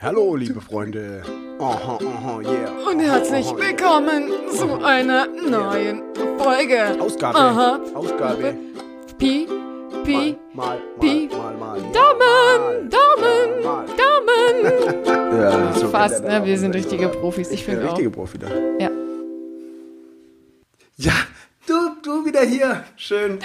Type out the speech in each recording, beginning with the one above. Hallo, liebe Freunde. Aha, aha, yeah. Und herzlich Aha, aha, yeah. willkommen zu einer neuen Folge. Ausgabe. Aha. Ausgabe. Pi, Pi, Mal, mal, Pi. mal, mal, mal. Daumen, Daumen, Mal. Daumen. Ja, so Fast, geht der ne? Wir sind Daumen. richtige Profis. Ich Der finde auch. richtige Profi da. Ja. Ja, du, du wieder hier. Schön.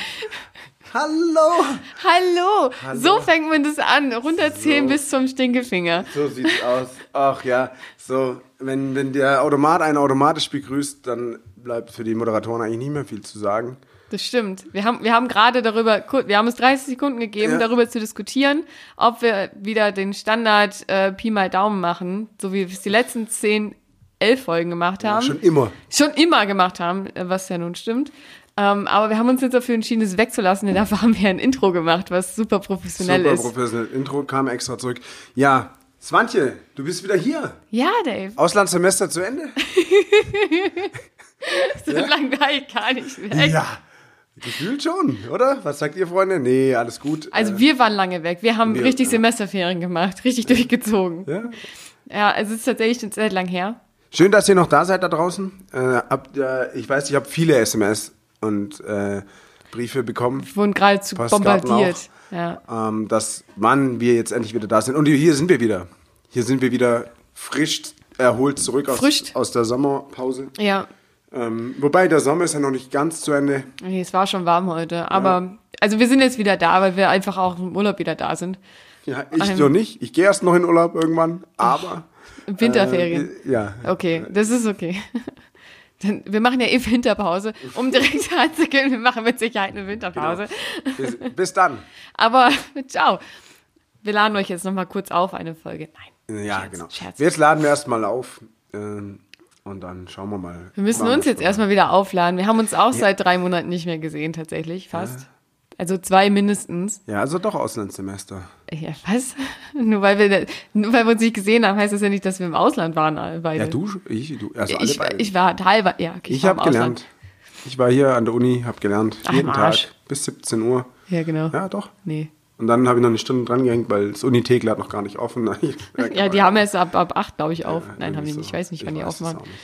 Hallo. Hallo. Hallo. So fängt man das an. Runterzählen So. bis zum Stinkefinger. So sieht's aus. Ach ja, so, wenn, wenn der Automat einen automatisch begrüßt, dann bleibt für die Moderatoren eigentlich nicht mehr viel zu sagen. Das stimmt. Wir haben, wir haben gerade darüber, kur- wir haben uns 30 Sekunden gegeben, Ja. darüber zu diskutieren, ob wir wieder den Standard äh, Pi mal Daumen machen, so wie wir es die letzten 10, 11 Folgen gemacht haben. Schon immer. schon immer gemacht haben, äh, was ja nun stimmt. Ähm, aber wir haben uns jetzt dafür entschieden, es wegzulassen, denn dafür haben wir ein Intro gemacht, was super professionell Super ist. professionell. Intro kam extra zurück. Ja, Swantje, du bist wieder hier. ja, Dave, Auslandssemester zu Ende? so lange war ich gar nicht weg. Ja. Gefühlt schon, oder? Was sagt ihr, Freunde? Nee, alles gut. Also wir waren lange weg. Wir haben wir- richtig Semesterferien gemacht, richtig durchgezogen. Äh, ja. Ja, also es ist tatsächlich eine Zeit lang her. Schön, dass ihr noch da seid da draußen. Äh, habt, äh, ich weiß, ich habe viele SMS und äh, Briefe bekommen. Wir wurden geradezu Postkarten bombardiert. Ja. ähm, dass wann wir jetzt endlich wieder da sind. Und hier sind wir wieder. Hier sind wir wieder frisch erholt zurück aus, Frischt. aus der Sommerpause. ja, Ähm, wobei der Sommer ist ja noch nicht ganz zu Ende. nee, es war schon warm heute. Aber also wir sind jetzt wieder da, weil wir einfach auch im Urlaub wieder da sind. Ja, ich Ähm. noch nicht. Ich gehe erst noch in Urlaub irgendwann, aber. Winterferien. Äh, ja. Okay, das ist okay. Dann, wir machen ja eh Winterpause, um direkt anzugehen. Wir machen mit Sicherheit eine Winterpause. Bis, bis dann. Aber ciao. Wir laden euch jetzt nochmal kurz auf eine Folge. Nein. Ja, Scherz, genau. Scherz. Jetzt laden wir erstmal auf ähm, und dann schauen wir mal. Wir müssen uns jetzt erstmal wieder aufladen. Wir haben uns auch seit drei Monaten nicht mehr gesehen, tatsächlich, fast. Also zwei mindestens. Ja, also doch Auslandssemester. Ja, was? Nur weil, wir, nur weil wir uns nicht gesehen haben, heißt das ja nicht, dass wir im Ausland waren. alle Beide. Ja, du, ich, du, also alle ich, beide. ich war teilweise. Ja, okay, Ich war im habe gelernt. Ich war hier an der Uni, habe gelernt. Ach, jeden im Arsch. Tag bis 17 Uhr. Ausland. Ja, genau. Ja, doch. Nee. Und dann habe ich noch eine Stunde dran gehängt, weil das Unitegel hat noch gar nicht offen. Ja, die haben erst ab, ab 8, glaube ich, auf. Nein, genau. irgendwie haben die nicht. so. Ich weiß nicht, wann die weiß es aufmachen. auch nicht.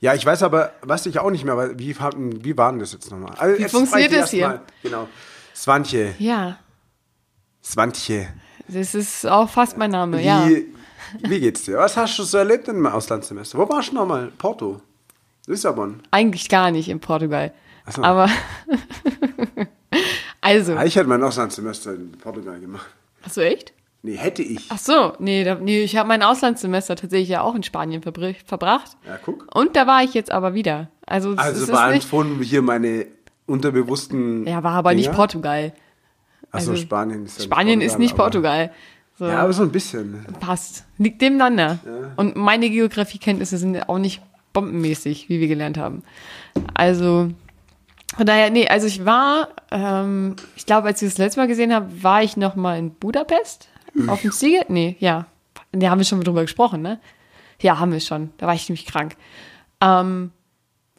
Ja, ich weiß aber, weiß ich auch nicht mehr, weil wie, haben- wie war denn das jetzt nochmal? Also, Wie jetzt funktioniert frag ich das hier? erst mal. Genau. Swantje, Ja, Swantje, das ist auch fast mein Name, wie, Oh ja. wie geht's dir? Was hast du so erlebt im Auslandssemester? Wo warst du nochmal? Porto? Lissabon? Eigentlich gar nicht in Portugal. Ach so. Aber. also. Ah, Ich hätte mein Auslandssemester in Portugal gemacht. Hast du echt? Nee, hätte ich. Ach so, nee, da, nee ich habe mein Auslandssemester tatsächlich ja auch in Spanien verbr verbracht. Ja, guck. Und da war ich jetzt aber wieder. Also, es- es Also ist waren nicht. von hier meine unterbewussten. Ja, war aber nicht Dinger. Portugal. Achso, also Spanien ist ja Spanien ist nicht aber- Portugal. So, Ja, aber so ein bisschen. passt. Liegt nebeneinander. Und meine Geografiekenntnisse sind auch nicht bombenmäßig, wie wir gelernt haben. Also, von daher, nee, also ich war, ähm, ich glaube, als ich das letzte Mal gesehen habe, war ich noch mal in Budapest auf dem Siegel. Nee, ja. Da haben wir schon mal drüber gesprochen, ne? Ja, haben wir schon. Da war ich nämlich krank. Ähm,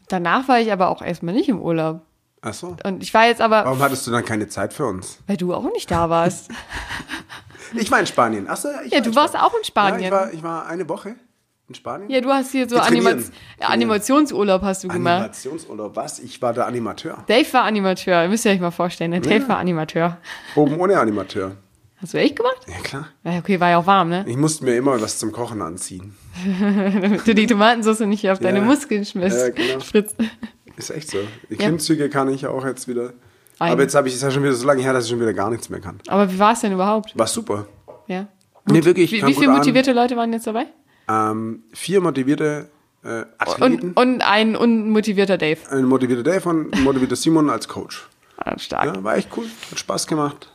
danach war ich aber auch erstmal nicht im Urlaub. Achso. Und ich war jetzt aber, Warum hattest du dann keine Zeit für uns? weil du auch nicht da warst. Ich war in Spanien. Achso, ich Ja, war du in warst Spanien. auch in Spanien. Ja, ich, war, ich war eine Woche in Spanien. Ja, du hast hier so Wir trainieren. Animat Trainieren. Animationsurlaub hast du gemacht. Animationsurlaub, was? Ich war der Animateur. Dave war Animateur, müsst ihr euch mal vorstellen. Der Dave Ja. war Animateur. Oben ohne Animateur. Hast du echt gemacht? Ja, klar. Ja, Okay, war ja auch warm, ne? Ich musste mir immer was zum Kochen anziehen. Damit du die Tomatensauce nicht hier auf deine Muskeln schmierst. Ja, genau. Fritz. Ist echt so. Die Ja. Klimmzüge kann ich auch jetzt wieder. Ein- Aber jetzt habe ich es ja schon wieder so lange her, dass ich schon wieder gar nichts mehr kann. Aber wie war es denn überhaupt? War super. Ja. Nee, wirklich. Wie, kam wie viele gut an. motivierte Leute waren jetzt dabei? Ähm, vier motivierte äh, Athleten. Und, und ein unmotivierter Dave. ein motivierter Dave und ein motivierter Simon als Coach. Ah, stark. Ja, war echt cool, hat Spaß gemacht.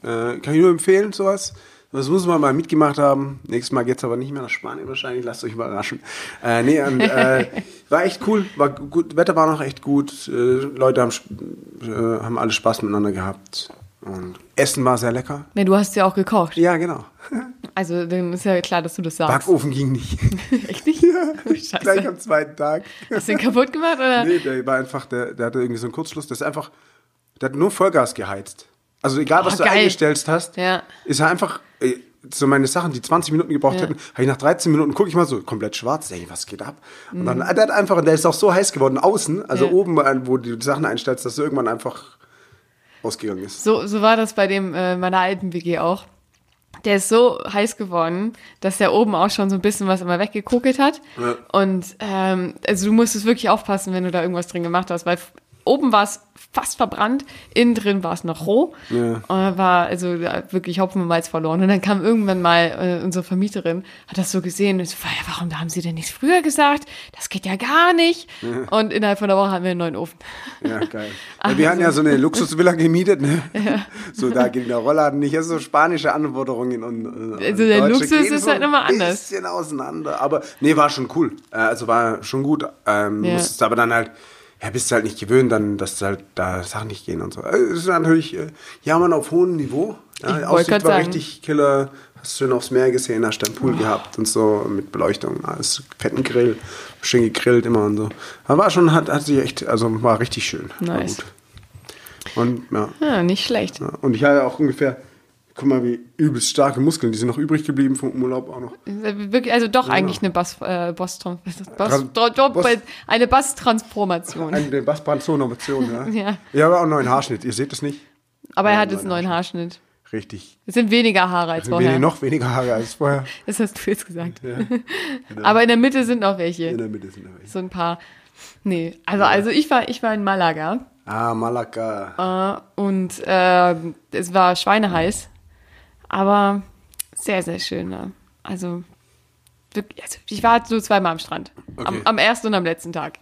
Äh, kann ich nur empfehlen, sowas. Das muss man mal mitgemacht haben. Nächstes Mal geht's aber nicht mehr nach Spanien wahrscheinlich, lasst euch überraschen. Äh, nee, und, äh, war echt cool, war gut, Wetter war noch echt gut, äh, Leute haben, sp- äh, haben alle Spaß miteinander gehabt. Und Essen war sehr lecker. Ja, du hast ja auch gekocht. Ja, genau. Also, dann ist ja klar, dass du das sagst. Backofen ging nicht. Echt nicht? Oh, Gleich Scheiße. am zweiten Tag. Hast du den kaputt gemacht, oder? Nee, der war einfach, der, der hatte irgendwie so einen Kurzschluss. Das ist einfach, der hat nur Vollgas geheizt. Also egal, was du Oh, geil. eingestellt hast, Ja. ist er einfach, äh, so meine Sachen, die 20 Minuten gebraucht Ja. hätten, habe ich nach 13 Minuten, gucke ich mal so, komplett schwarz, ey, was geht ab? Und dann hat er einfach, und der ist auch so heiß geworden, außen, also Mhm. Ja. oben, äh, wo du die Sachen einstellst, dass er irgendwann einfach ausgegangen ist. So, so war das bei dem äh, meiner alten WG auch. Der ist so heiß geworden, dass der oben auch schon so ein bisschen was immer weggekokelt hat. Ja. Und ähm, also du musstest wirklich aufpassen, wenn du da irgendwas drin gemacht hast, weil f- oben war es fast verbrannt, innen drin war es noch roh. Ja. Und war also ja, wirklich Hopfen und Malz verloren. Und dann kam irgendwann mal äh, unsere Vermieterin, hat das so gesehen und so, "Ja, warum haben sie denn nichts früher gesagt? Das geht ja gar nicht. Und innerhalb von einer Woche hatten wir einen neuen Ofen. Ja, geil. Also Ja, wir hatten ja so eine Luxusvilla gemietet, ne? So, da ging der Rollladen nicht. Das ist so spanische Anforderungen und. und Also der Deutsche Luxus gehen ist so halt nochmal Ein anders. bisschen auseinander. Aber nee, war schon cool. Äh, Also war schon gut. Ähm, Ja. Musstest aber dann halt. Ja, bist du halt nicht gewöhnt, dann, dass halt da Sachen nicht gehen und so. Äh, Ist natürlich, äh, ja, man auf hohem Niveau. Ja, Ich wollt Aussicht war grad sagen. richtig killer. Hast schön aufs Meer gesehen, hast dann Pool gehabt und so mit Beleuchtung, alles fetten Grill, schön gegrillt immer und so. Aber war schon, hat, hat sich echt, also war richtig schön. War Nice. gut. Und ja, Ah, nicht schlecht. ja. Und ich hatte auch ungefähr, guck mal, wie übelst starke Muskeln, die sind noch übrig geblieben vom Urlaub auch noch. Wirklich, also doch eigentlich eine Bass, äh, Boss, Bas, Tran- Tro- Tro- Boss- eine Bass-Transformation. Eine Bassbrand-Zonen-Option, ja. Ja. Ich habe auch einen neuen Haarschnitt, ihr seht es nicht. Aber er hat Ja, jetzt einen neuen Haarschnitt. Richtig. Es sind weniger Haare als vorher. Wenig, noch weniger Haare als vorher. Das hast du jetzt gesagt. Ja. Aber in der Mitte sind noch In welche. der Mitte sind wir. So ein paar. Nee, also, also ich war, ich war in Malaga Ah, Malaka. äh, und äh, es war schweineheiß, aber sehr, sehr schön. Ne? Also, wirklich, also ich war so zweimal am Strand. Okay. Am, am ersten und am letzten Tag.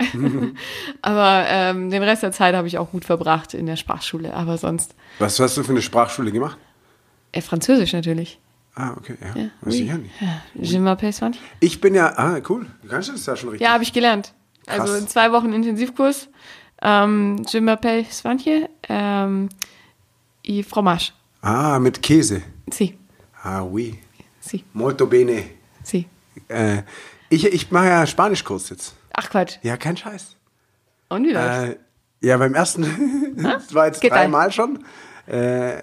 aber ähm, den Rest der Zeit habe ich auch gut verbracht in der Sprachschule. Aber sonst, Was hast du für eine Sprachschule gemacht? äh, Französisch natürlich. Ah, okay, ja. Ja. Weiß ich ja nicht. Ja, Je ne m'appelle Swanti. Ich bin ja, ah, cool. Du kannst das ja schon richtig. Ja, habe ich gelernt. Also Krass. in zwei Wochen Intensivkurs. Ähm, je m'appelle Swantje. Ähm, y fromage. Ah, mit Käse. Si, Ah, oui. si, Molto bene. si. Äh, ich ich mache ja Spanischkurs jetzt. Ach Quatsch. Ja, kein Scheiß. Und wie läuft's? Äh, ja, beim ersten, das war jetzt Ah, Geht dreimal schon. Äh,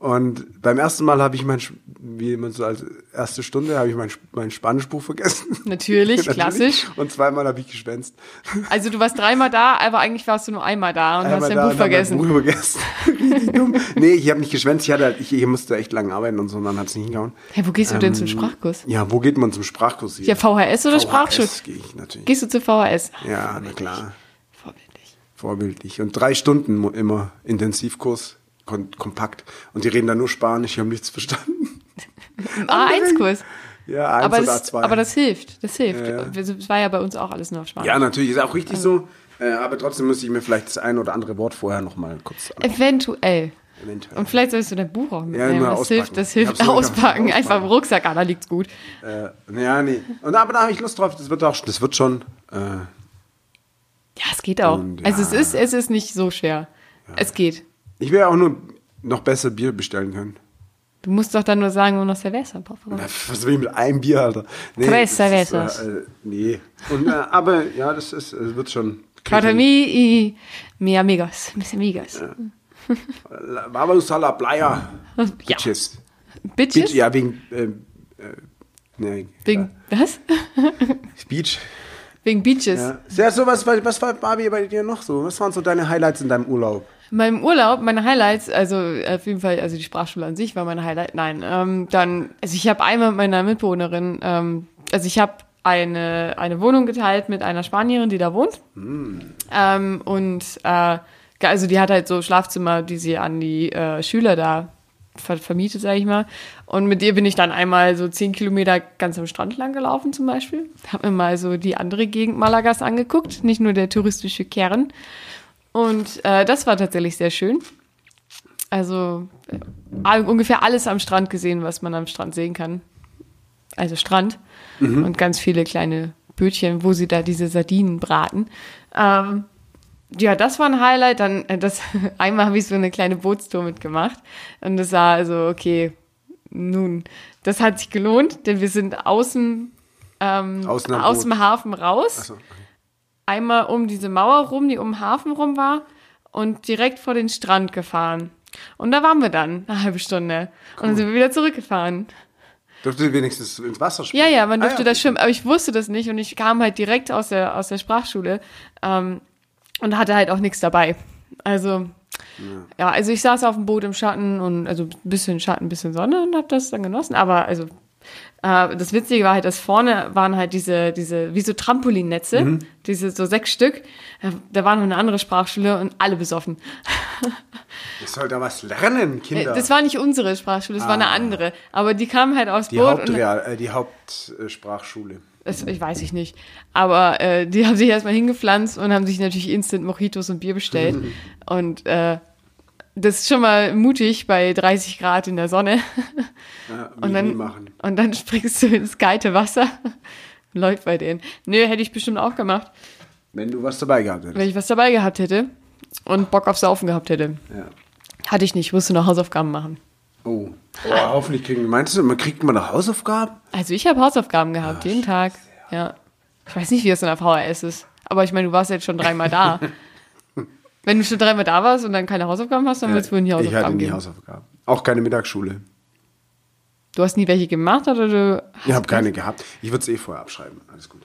und beim ersten Mal habe ich mein, Sch- wie man so als erste Stunde, habe ich mein, Sch- mein Spanischbuch vergessen. Natürlich, klassisch. Und zweimal habe ich geschwänzt. Also du warst dreimal da, aber eigentlich warst du nur einmal da und hast Einmal dein da Buch und dann mein vergessen. Buch vergessen. Richtig dumm. Nee, ich habe nicht geschwänzt. Ich, hatte halt, ich, ich musste echt lange arbeiten und so, und dann hat es nicht hingehauen. Hey, wo gehst du Ähm, denn zum Sprachkurs? Ja, wo geht man zum Sprachkurs? Ja, VHS oder Sprachschule? gehe ich natürlich. Gehst du zu VHS? Ja, na klar. Vorbildlich. Vorbildlich. Und drei Stunden mu- immer Intensivkurs, kon kompakt. Und die reden dann nur Spanisch, die haben nichts verstanden. Im A1-Kurs. Ja, eins Aber, oder das- zwei. aber das hilft, das hilft. Ja, ja. Das war ja bei uns auch alles nur auf Spanisch. ja, natürlich, ist auch richtig Also- so. Äh, aber trotzdem müsste ich mir vielleicht das ein oder andere Wort vorher nochmal kurz Äh, an- Eventuell. Eventuell. Und vielleicht sollst du dein Buch auch mitnehmen. immer das auspacken. hilft, das hilft Absolut, ja. auspacken. Einfach im Auspacken. Rucksack an, da liegt's gut. Äh, ja, nee. Und, aber da habe ich Lust drauf, das wird, auch, das wird schon. Äh, Ja, es geht auch. Und Also es ja. ist, es ist nicht so schwer. Es geht. ich will ja auch nur noch besser Bier bestellen können. Du musst doch dann nur sagen, wo noch Cerveza, por favor. Na, Was will ich mit einem Bier, Alter? Nee, Tres das ist, cervezas. Äh, äh, nee. Und, äh, aber ja, das ist, es wird schon. Para mí y mi amigos, mis amigas. Vamos a la playa. Ja. Bitches. Bitches? Bitch, ja, wegen. Ähm, äh, nee, Wegen, was? ja. Beach. Wegen Beaches. Ja. ja, so was, war- was war Barbie bei dir noch so? Was waren so deine Highlights in deinem Urlaub? In meinem Urlaub, meine Highlights, also auf jeden Fall, also die Sprachschule an sich war mein Highlight. Nein, ähm, dann, also ich habe einmal mit meiner Mitbewohnerin, ähm, also ich habe eine, eine Wohnung geteilt mit einer Spanierin, die da wohnt. Ähm, und äh, also die hat halt so Schlafzimmer, die sie an die äh, Schüler da ver vermietet, sage ich mal. Und mit ihr bin ich dann einmal so zehn Kilometer ganz am Strand lang gelaufen zum Beispiel. Habe mir mal so die andere Gegend Malagas angeguckt, nicht nur der touristische Kern. Und äh, das war tatsächlich sehr schön. Also äh, all- ungefähr alles am Strand gesehen, was man am Strand sehen kann. Also Strand und ganz viele kleine Bötchen, wo sie da diese Sardinen braten. Ähm, ja, das war ein Highlight. Dann äh, das einmal habe ich so eine kleine Bootstour mitgemacht und das war also okay. Nun, das hat sich gelohnt, denn wir sind außen ähm, Aus einem aus Boot. dem Hafen raus Achso. einmal um diese Mauer rum, die um den Hafen rum war und direkt vor den Strand gefahren. Und da waren wir dann eine halbe Stunde. Und dann sind wir wieder zurückgefahren. Dürfte wenigstens ins Wasser springen. Ja, ja, man durfte ah, ja. da schwimmen, aber ich wusste das nicht und ich kam halt direkt aus der, aus der Sprachschule ähm, und hatte halt auch nichts dabei. Also, ja. also ich saß auf dem Boot im Schatten und also ein bisschen Schatten, ein bisschen Sonne und habe das dann genossen, aber also äh, das Witzige war halt, dass vorne waren halt diese, diese wie so Trampolinnetze, Mhm. diese so sechs Stück. Äh, Da war noch eine andere Sprachschule und alle besoffen. Ich soll da was lernen, Äh, Kinder. Das war nicht unsere Sprachschule, das war eine andere. Aber die kamen halt aufs Ah. die, Boot und Hauptreal, äh, die Hauptsprachschule. Das, ich weiß ich nicht. Aber äh, die haben sich erstmal hingepflanzt und haben sich natürlich Instant Mojitos und Bier bestellt. und äh, das ist schon mal mutig bei 30 Grad in der Sonne. Ja, Und dann, machen. und dann springst du ins kalte Wasser. Läuft bei denen. Nö, hätte ich bestimmt auch gemacht, Wenn du was dabei gehabt hättest. wenn ich was dabei gehabt hätte und Bock auf Saufen gehabt hätte. Ja. Hatte ich nicht, musste noch Hausaufgaben machen. Oh. oh, hoffentlich kriegen wir. Meinst du, man kriegt man noch Hausaufgaben? Also ich habe Hausaufgaben gehabt, Ah, jeden Tag. Ja. Ich weiß nicht, wie das in der VHS ist. Aber ich meine, du warst jetzt schon dreimal da. Wenn du schon dreimal da warst und dann keine Hausaufgaben hast, dann willst du wohl nie ich hatte Hausaufgaben nie geben. Hausaufgaben. Auch keine Mittagsschule. Du hast nie welche gemacht oder du. Ich habe keine gehabt. Ich würde es eh vorher abschreiben. Alles gut.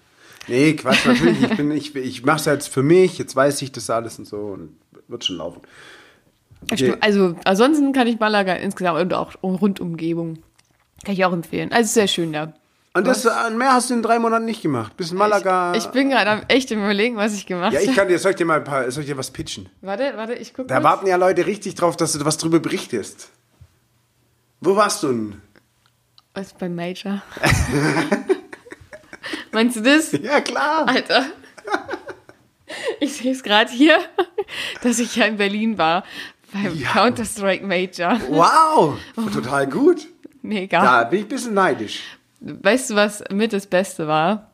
Nee, Quatsch, natürlich. ich bin, ich, ich mache es jetzt für mich. Jetzt weiß ich das alles und so und wird schon laufen. Stimmt, Also ansonsten kann ich Malaga insgesamt und auch um Rundumgebung. Kann ich auch empfehlen. Also sehr schön da. Und das äh, mehr hast du in drei Monaten nicht gemacht. Bis in Malaga. Ich, ich bin gerade am echt im Überlegen, was ich gemacht ja, ich habe. kann dir, soll ich dir mal ein paar, soll ich dir was pitchen? Warte, warte, ich gucke. Da warten ja Leute richtig drauf, dass du was drüber berichtest. Wo warst du denn? Was bei Major? Meinst du das? Ja, klar. Alter. Ich sehe es gerade hier, dass ich ja in Berlin war. Beim Ja. Counter-Strike Major. Wow, Oh. total gut. Mega. Da bin ich ein bisschen neidisch. Weißt du, was mit das Beste war?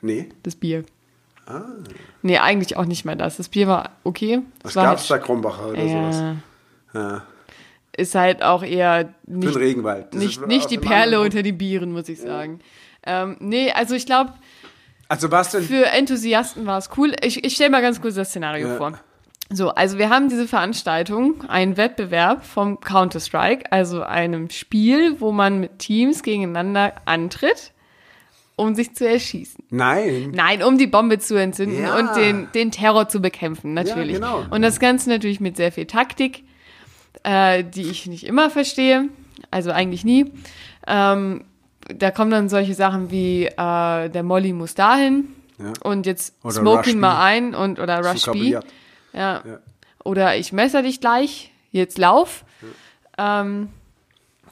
Nee, Das Bier. Ah. Nee, eigentlich auch nicht mal das. Das Bier war okay. was war gab's halt, da, Krombacher oder sowas? ja, Ja. Ist halt auch eher Für nicht, den Regenwald. Das nicht, ist aus nicht die einem Perle anderen- unter die Bieren, muss ich sagen. Ähm, nee, also ich glaube, Also warst du in für Enthusiasten war es cool. Ich, ich stelle mal ganz kurz das Szenario Ja. vor. So, also wir haben diese Veranstaltung, einen Wettbewerb vom Counter-Strike, also einem Spiel, wo man mit Teams gegeneinander antritt, um sich zu erschießen. Nein. Nein, um die Bombe zu entzünden Ja. und den, den Terror zu bekämpfen, natürlich. Ja, genau. Und das Ganze natürlich mit sehr viel Taktik, äh, die ich nicht immer verstehe, also eigentlich nie. Ähm, da kommen dann solche Sachen wie äh, der Molly muss dahin Ja. und jetzt Oder Rush smoken B. mal ein und oder Rush B. Ja. Kabillard. Ja. Oder ich messer dich gleich, jetzt lauf. Ähm,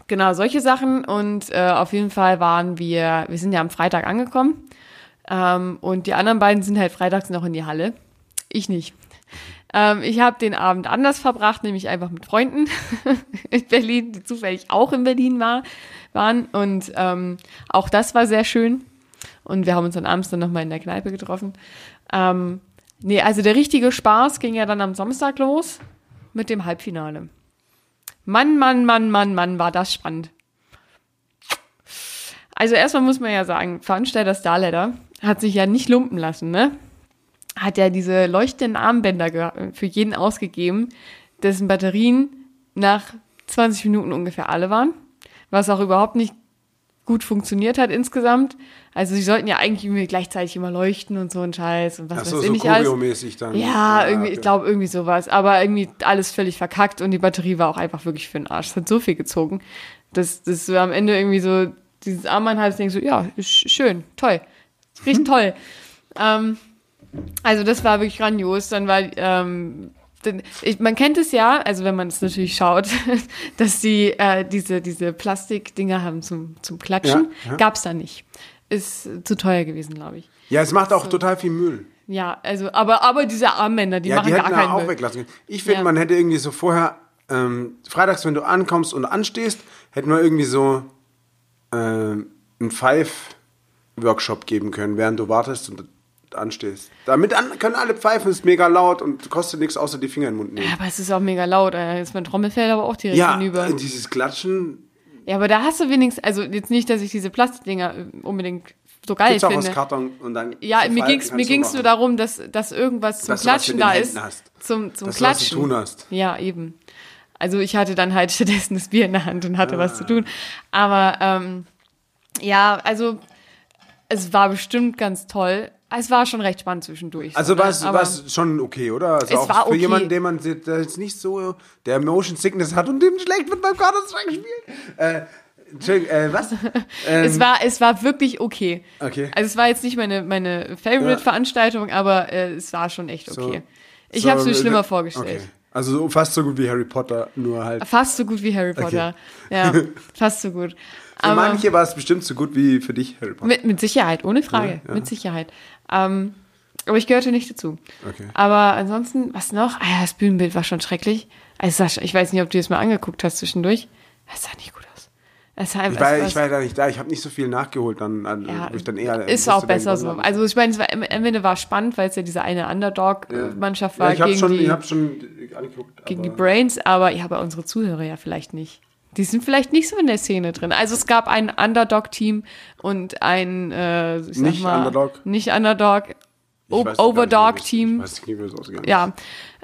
genau, solche Sachen. Und äh, auf jeden Fall waren wir, wir sind ja am Freitag angekommen. Ähm, und die anderen beiden sind halt freitags noch in die Halle. Ich nicht. Ähm, ich habe den Abend anders verbracht, nämlich einfach mit Freunden in Berlin, die zufällig auch in Berlin war, waren. Und ähm, auch das war sehr schön. Und wir haben uns dann abends dann nochmal in der Kneipe getroffen. Ähm, nee, also der richtige Spaß ging ja dann am Samstag los mit dem Halbfinale. Mann, Mann, Mann, Mann, Mann, war das spannend. Also erstmal muss man ja sagen, Veranstalter Starladder hat sich ja nicht lumpen lassen, ne? Hat ja diese leuchtenden Armbänder ge- für jeden ausgegeben, dessen Batterien nach 20 Minuten ungefähr alle waren, was auch überhaupt nicht gut funktioniert hat insgesamt. Also sie sollten ja eigentlich irgendwie gleichzeitig immer leuchten und so ein Scheiß und was Ach weiß so, ich so nicht alles. Choreo-mäßig dann. Ah, Ja, irgendwie, okay. ich glaube irgendwie sowas. Aber irgendwie alles völlig verkackt und die Batterie war auch einfach wirklich für den Arsch. Es hat so viel gezogen, dass das am Ende irgendwie so dieses Armband hat, denkst so, ja, ist schön, toll, riecht toll. Ähm, also das war wirklich grandios. Dann war ähm, denn ich, man kennt es ja, also wenn man es natürlich schaut, dass die äh, diese diese Plastikdinger haben zum zum Klatschen, Ja, ja. gab's da nicht. Ist zu teuer gewesen, glaube ich. Ja, es macht auch total viel Müll. Ja, also, aber, aber diese Armbänder, die ja, machen die gar hätten keinen auch Müll. weglassen können. Ich finde, Ja. man hätte irgendwie so vorher, ähm, freitags, wenn du ankommst und anstehst, hätten wir irgendwie so ähm, einen Pfeif-Workshop geben können, während du wartest und anstehst. Damit an, können alle pfeifen, ist mega laut und kostet nichts, außer die Finger in den Mund Ja, nehmen. aber es ist auch mega laut. äh, Jetzt mein Trommelfell aber auch direkt Ja, hinüber. äh, dieses Klatschen Ja, aber da hast du wenigstens, also jetzt nicht, dass ich diese Plastikdinger äh, unbedingt so geil gibt's auch aus Ah, finde. Karton und dann. ja, zum mir Falten ging's mir kannst du ging's nur machen. darum, dass, dass irgendwas Dass zum du was Klatschen in den da Händen ist. hast. Zum, zum Dass du was zu Klatschen. tun hast. Ja, eben. Also ich hatte dann halt stattdessen das Bier in der Hand und hatte was zu tun. Aber ähm, Ja, also es war bestimmt ganz toll. Es war schon recht spannend zwischendurch. Also so, war es- ne? war Aber- es schon okay, oder? Also Es auch war für okay. jemanden, der man se- der jetzt nicht so der Motion Sickness hat und dem schlecht mit beim Counter-Strike spielt. Äh, Entschuldigung, äh, was? Ähm, es war, es war wirklich okay. Okay. Also es war jetzt nicht meine, meine Favorite-Veranstaltung, aber äh, es war schon echt So. okay. ich So, habe es mir äh, schlimmer vorgestellt. Okay. Also so- fast so gut wie Harry Potter, nur halt. Fast so gut wie Harry Potter. Ja, fast so gut. Für Aber manche war es bestimmt so gut wie für dich, Harry Potter. mit, mit Sicherheit, ohne Frage. Ja, ja. Mit Sicherheit. Ähm, aber ich gehörte nicht dazu. Okay. Aber ansonsten, was noch? Ah ja, das Bühnenbild war schon schrecklich. Also Sascha, ich weiß nicht, ob du es mal angeguckt hast zwischendurch. Es sah nicht gut aus. Es sah Ich einfach war, ich war ja da nicht da, ich habe nicht so viel nachgeholt, dann also, hab ich dann eher. ist musste auch dann besser dann- so. Also ich meine, es war am Ende war spannend, weil es ja diese eine Underdog-Mannschaft Ja, war ich habe gegen, schon, die, ich hab schon angeguckt. gegen die aber- Brains, aber ja, aber unsere Zuhörer ja vielleicht nicht. Die sind vielleicht nicht so in der Szene drin. Also es gab ein Underdog-Team und ein äh, ich sag Nicht mal, Underdog. nicht Underdog, Ich weiß O- gar nicht, wie das- Overdog-Team. Ich weiß nicht, wie das ausgegangen ist. Ja,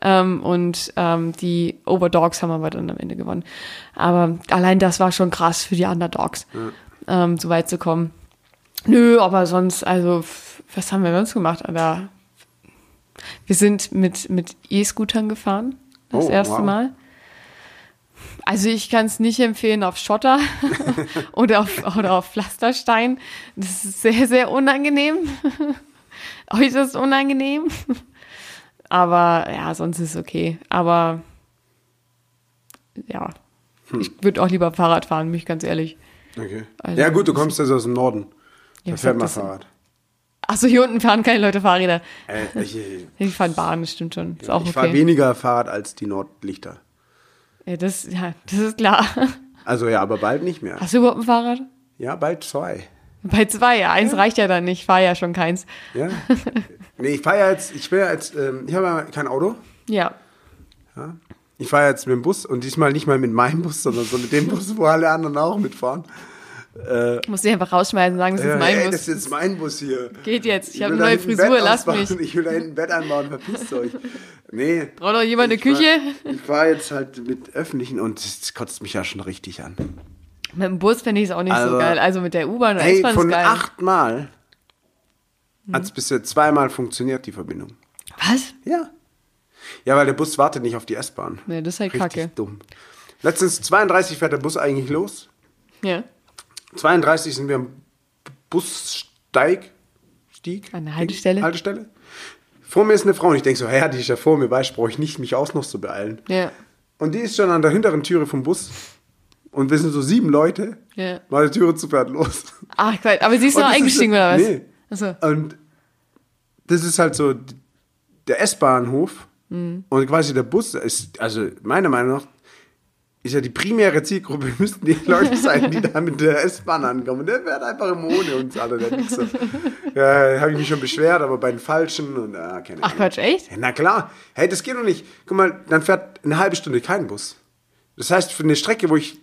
ähm, und ähm, die Overdogs haben aber dann am Ende gewonnen. Aber allein das war schon krass für die Underdogs, ähm, so weit zu kommen. Nö, aber sonst, also, f- was haben wir sonst gemacht? Aber wir sind mit, mit E-Scootern gefahren, das Oh, erste wow. Mal. Also ich kann es nicht empfehlen auf Schotter oder, auf, oder auf Pflasterstein. Das ist sehr, sehr unangenehm. Äußerst unangenehm. Aber ja, sonst ist okay. Aber ja, Hm. ich würde auch lieber Fahrrad fahren, mich ganz ehrlich. Okay. Also- ja, gut, du kommst also aus dem Norden. Ja, da was fährt hat man das- Fahrrad. Achso, hier unten fahren keine Leute Fahrräder. Äh, ich ich, Ich fahre Bahn, das stimmt schon. Ist auch ich fahre okay. weniger Fahrrad als die Nordlichter. Ja, das, ja, das ist klar. Also ja, aber bald nicht mehr. Hast du überhaupt ein Fahrrad? Ja, bald zwei. Bei zwei, ja. Eins reicht ja dann nicht. Ich fahre ja schon keins. Ja. nee, ich fahre ja jetzt, ich will ja jetzt, ähm, ich habe ja kein Auto. Ja. Ja. Ich fahre jetzt mit dem Bus und diesmal nicht mal mit meinem Bus, sondern so mit dem Bus, wo alle anderen auch mitfahren. Äh, Muss dich einfach rausschmeißen und sagen, das ist mein ey, Bus. das ist jetzt mein Bus hier. Geht jetzt. Ich habe will eine da neue hinten ein Frisur, Bett lass ausbauen. mich. Ich will da hinten ein Bett einbauen, verpisst euch. Nee. Braucht doch jemand eine Ich fahr- Küche? ich fahre jetzt halt mit öffentlichen und es kotzt mich ja schon richtig an. Mit dem Bus fände ich es auch nicht so Also- geil. Also mit der U-Bahn oder Hey, S-Bahn ist von geil. Hm. achtmal hat es bisher zweimal funktioniert, die Verbindung. Was? Ja. Ja, weil der Bus wartet nicht auf die S-Bahn. Ja, das ist halt Richtig kacke. dumm. Letztens 32 fährt der Bus eigentlich los. Ja. 32 sind wir am Bussteig. Stieg? An der Haltestelle. Haltestelle. Vor mir ist eine Frau und ich denke so, ja, die ist ja vor mir, weiß, brauche ich nicht, mich auch noch zu beeilen. Ja. Und die ist schon an der hinteren Türe vom Bus. Und wir sind so sieben Leute. Ja. Meine Türe zu fährt los. Ach Gott, Ah, aber sie ist Und noch das ist- eingestiegen oder was? Nee. Achso. Und das ist halt so d- der S-Bahnhof Mhm. und quasi der Bus ist, also meiner Meinung nach, ist ja die primäre Zielgruppe, müssten die Leute sein, die da mit der S-Bahn ankommen. Und der fährt einfach im ohne uns alle, der Wichser. Ja, habe ich mich schon beschwert, aber bei den Falschen und ah, keine Ach Ahnung. Quatsch, echt? Ja, na klar, hey, das geht doch nicht. Guck mal, dann fährt eine halbe Stunde kein Bus. Das heißt, für eine Strecke, wo ich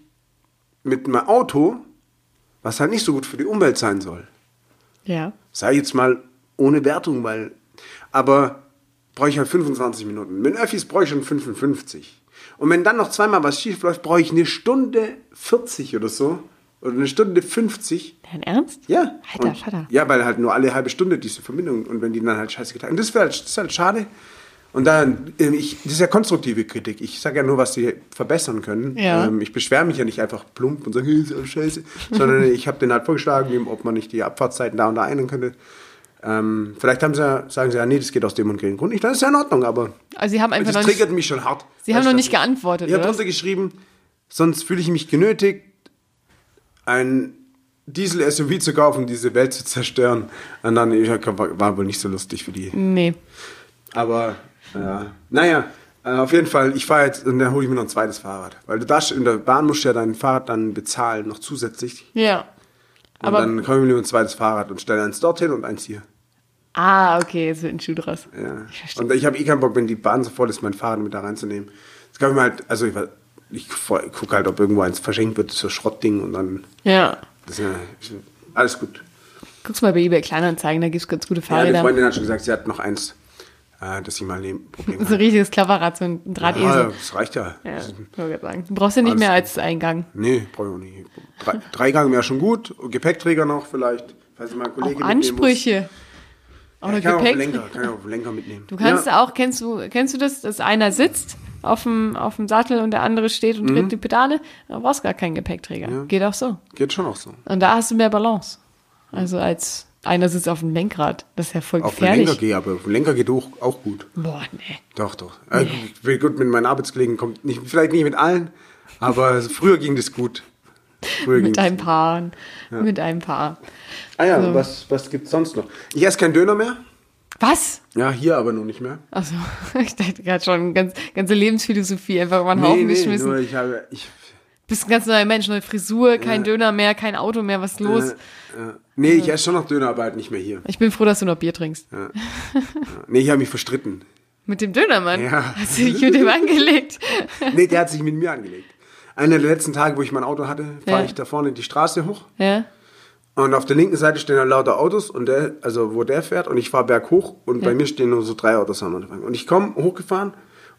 mit meinem Auto, was halt nicht so gut für die Umwelt sein soll, Ja. sei jetzt mal ohne Wertung, weil, aber brauche ich halt 25 Minuten. Mit den Öffis brauche ich schon 55. Und wenn dann noch zweimal was schief läuft, brauche ich eine Stunde 40 oder so. Oder eine Stunde 50. Dein Ernst? Ja. Alter, und, Vater. Ja, weil halt nur alle halbe Stunde diese Verbindung und wenn die dann halt scheiße getan Und das, wär, das ist halt schade. Und dann, ähm, ich, das ist ja konstruktive Kritik. Ich sage ja nur, was sie verbessern können. Ja. Ähm, ich beschwere mich ja nicht einfach plump und sage, hey, ist alles scheiße, sondern ich habe denen halt vorgeschlagen, eben, ob man nicht die Abfahrtszeiten da und da einen könnte. Ähm, vielleicht haben sie ja, sagen sie ja, nee, das geht aus dem und dem Grund nicht. Das ist ja in Ordnung, aber Also sie haben einfach das noch nicht, triggert mich schon hart. sie haben Weißt noch du, nicht das- geantwortet, Ihr habt oder? was? drunter geschrieben, sonst fühle ich mich genötigt, ein Diesel-SUV zu kaufen, diese Welt zu zerstören. Und dann ja, war war wohl nicht so lustig für die. Nee. Aber ja. naja, äh, auf jeden Fall, ich fahre jetzt und dann hole ich mir noch ein zweites Fahrrad. Weil du darfst in der Bahn musst du ja dein Fahrrad dann bezahlen, noch zusätzlich. Ja. Und Aber- dann komme ich mir ein zweites Fahrrad und stelle eins dorthin und eins hier. Ah, okay, jetzt wird ein Schuh draus. Ja. Ich verstehe. Und ich habe eh keinen Bock, wenn die Bahn so voll ist, mein Fahrrad mit da reinzunehmen. Das kann ich mir halt, also ich, weiß- ich gucke halt, ob irgendwo eins verschenkt wird, so Schrottding und dann. Ja. Das ist ja, ist ja- alles gut. Guck's mal bei eBay Kleinanzeigen, da gibt's ganz gute Ja, eine Fahrräder. Freundin hat schon gesagt, sie hat noch eins. äh, dass ich mal ein Problem So ein habe. richtiges Klaverrad, eh so ein Ja, Drahtesel. das reicht ja. Ja, Das ist- wollte ich sagen. Du brauchst ja nicht Alles mehr gut. als Eingang. Nee, brauche ich auch nicht. Drei, drei Gang wäre schon gut. Gepäckträger noch vielleicht, falls ich mal einen Kollegen Auch Ansprüche. Auch Muss. eine Ja, kann ich auch auf Gepäck. Lenker, kann ich auch auf Lenker mitnehmen. Du kannst ja. auch, kennst du, kennst du das, dass einer sitzt auf dem, auf dem Sattel und der andere steht und Mhm. tritt die Pedale? Da brauchst gar keinen Gepäckträger. Geht auch so. Geht schon auch so. Und da hast du mehr Balance. Also als einer sitzt auf dem Lenkrad. Das ist ja voll Auf den Lenker gefährlich. gehe, aber auf den Lenker geht auch, auch gut. Boah, nee. Doch, doch. Äh, gut, gut, mit meinen Arbeitskollegen kommt nicht, vielleicht nicht mit allen, aber früher ging das gut. Früher Mit das ein paar. Mit ein paar. Ah ja, So. was, was gibt's sonst noch? Ich esse keinen Döner mehr. Was? Ja, hier aber nur nicht mehr. Also, ich dachte gerade schon, ganz, ganze Lebensphilosophie einfach über den Haufen geschmissen. nur ich habe, ich, Bist ein ganz neuer Mensch, neue Frisur, kein Döner mehr, kein Auto mehr, was ist los? Äh, äh, nee, ich esse schon noch Döner, aber halt nicht mehr hier. Ich bin froh, dass du noch Bier trinkst. Nee, ich habe mich verstritten. Mit dem Dönermann? Ja. Hast du dich mit dem angelegt? Nee, der hat sich mit mir angelegt. Einer der letzten Tage, wo ich mein Auto hatte, fahre Ja. ich da vorne die Straße hoch Ja. und auf der linken Seite stehen da lauter Autos und der, also wo der fährt und ich fahre berghoch und bei mir stehen nur so drei Autos am Anfang. Und ich komme hochgefahren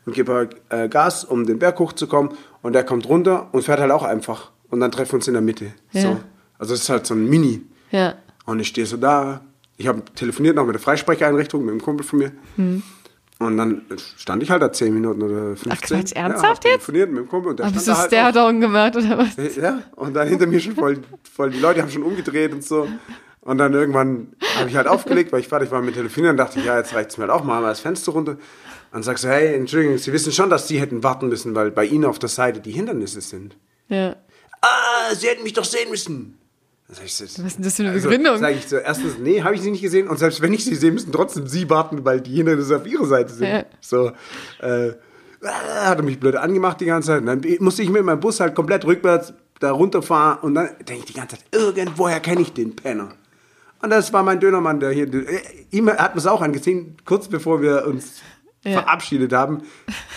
und gebe äh, Gas, um den Berg hochzukommen und der kommt runter und fährt halt auch einfach und dann treffen wir uns in der Mitte. Ja. So. Also es ist halt so ein Mini. Ja. Und ich stehe so da. Ich habe telefoniert noch mit der Freisprecheinrichtung, mit einem Kumpel von mir. Hm. Und dann stand ich halt da 10 Minuten oder 15. Quatsch, ernsthaft ja, hab jetzt? Oh, telefoniert mit dem Kumpel und der Aber bist du stand da stare halt down gemacht oder was? auch, Ja, und dann hinter mir schon voll, voll, die Leute haben schon umgedreht und so. Und dann irgendwann habe ich halt aufgelegt, weil ich fertig war mit Telefonieren. Dann dachte ich, ja, jetzt reicht es mir halt auch, machen wir das Fenster runter. Und dann sagst du, hey, Entschuldigung, Sie wissen schon, dass Sie hätten warten müssen, weil bei Ihnen auf der Seite die Hindernisse sind. Ja. Ah, Sie hätten mich doch sehen müssen. Was ist denn das für eine Begründung? Sage ich so, erstens, nee, habe ich sie nicht gesehen. Und selbst wenn ich sie sehe, müssen trotzdem sie warten, weil die Hindernisse auf ihrer Seite sind. Ja. So, äh, äh, hat er mich blöd angemacht die ganze Zeit. Und dann musste ich mit meinem Bus halt komplett rückwärts da runterfahren. Und dann denke ich die ganze Zeit, irgendwoher kenne ich den Penner. Und das war mein Dönermann, der hier, äh, ihm hat man es auch angesehen, kurz bevor wir uns Ja. verabschiedet haben,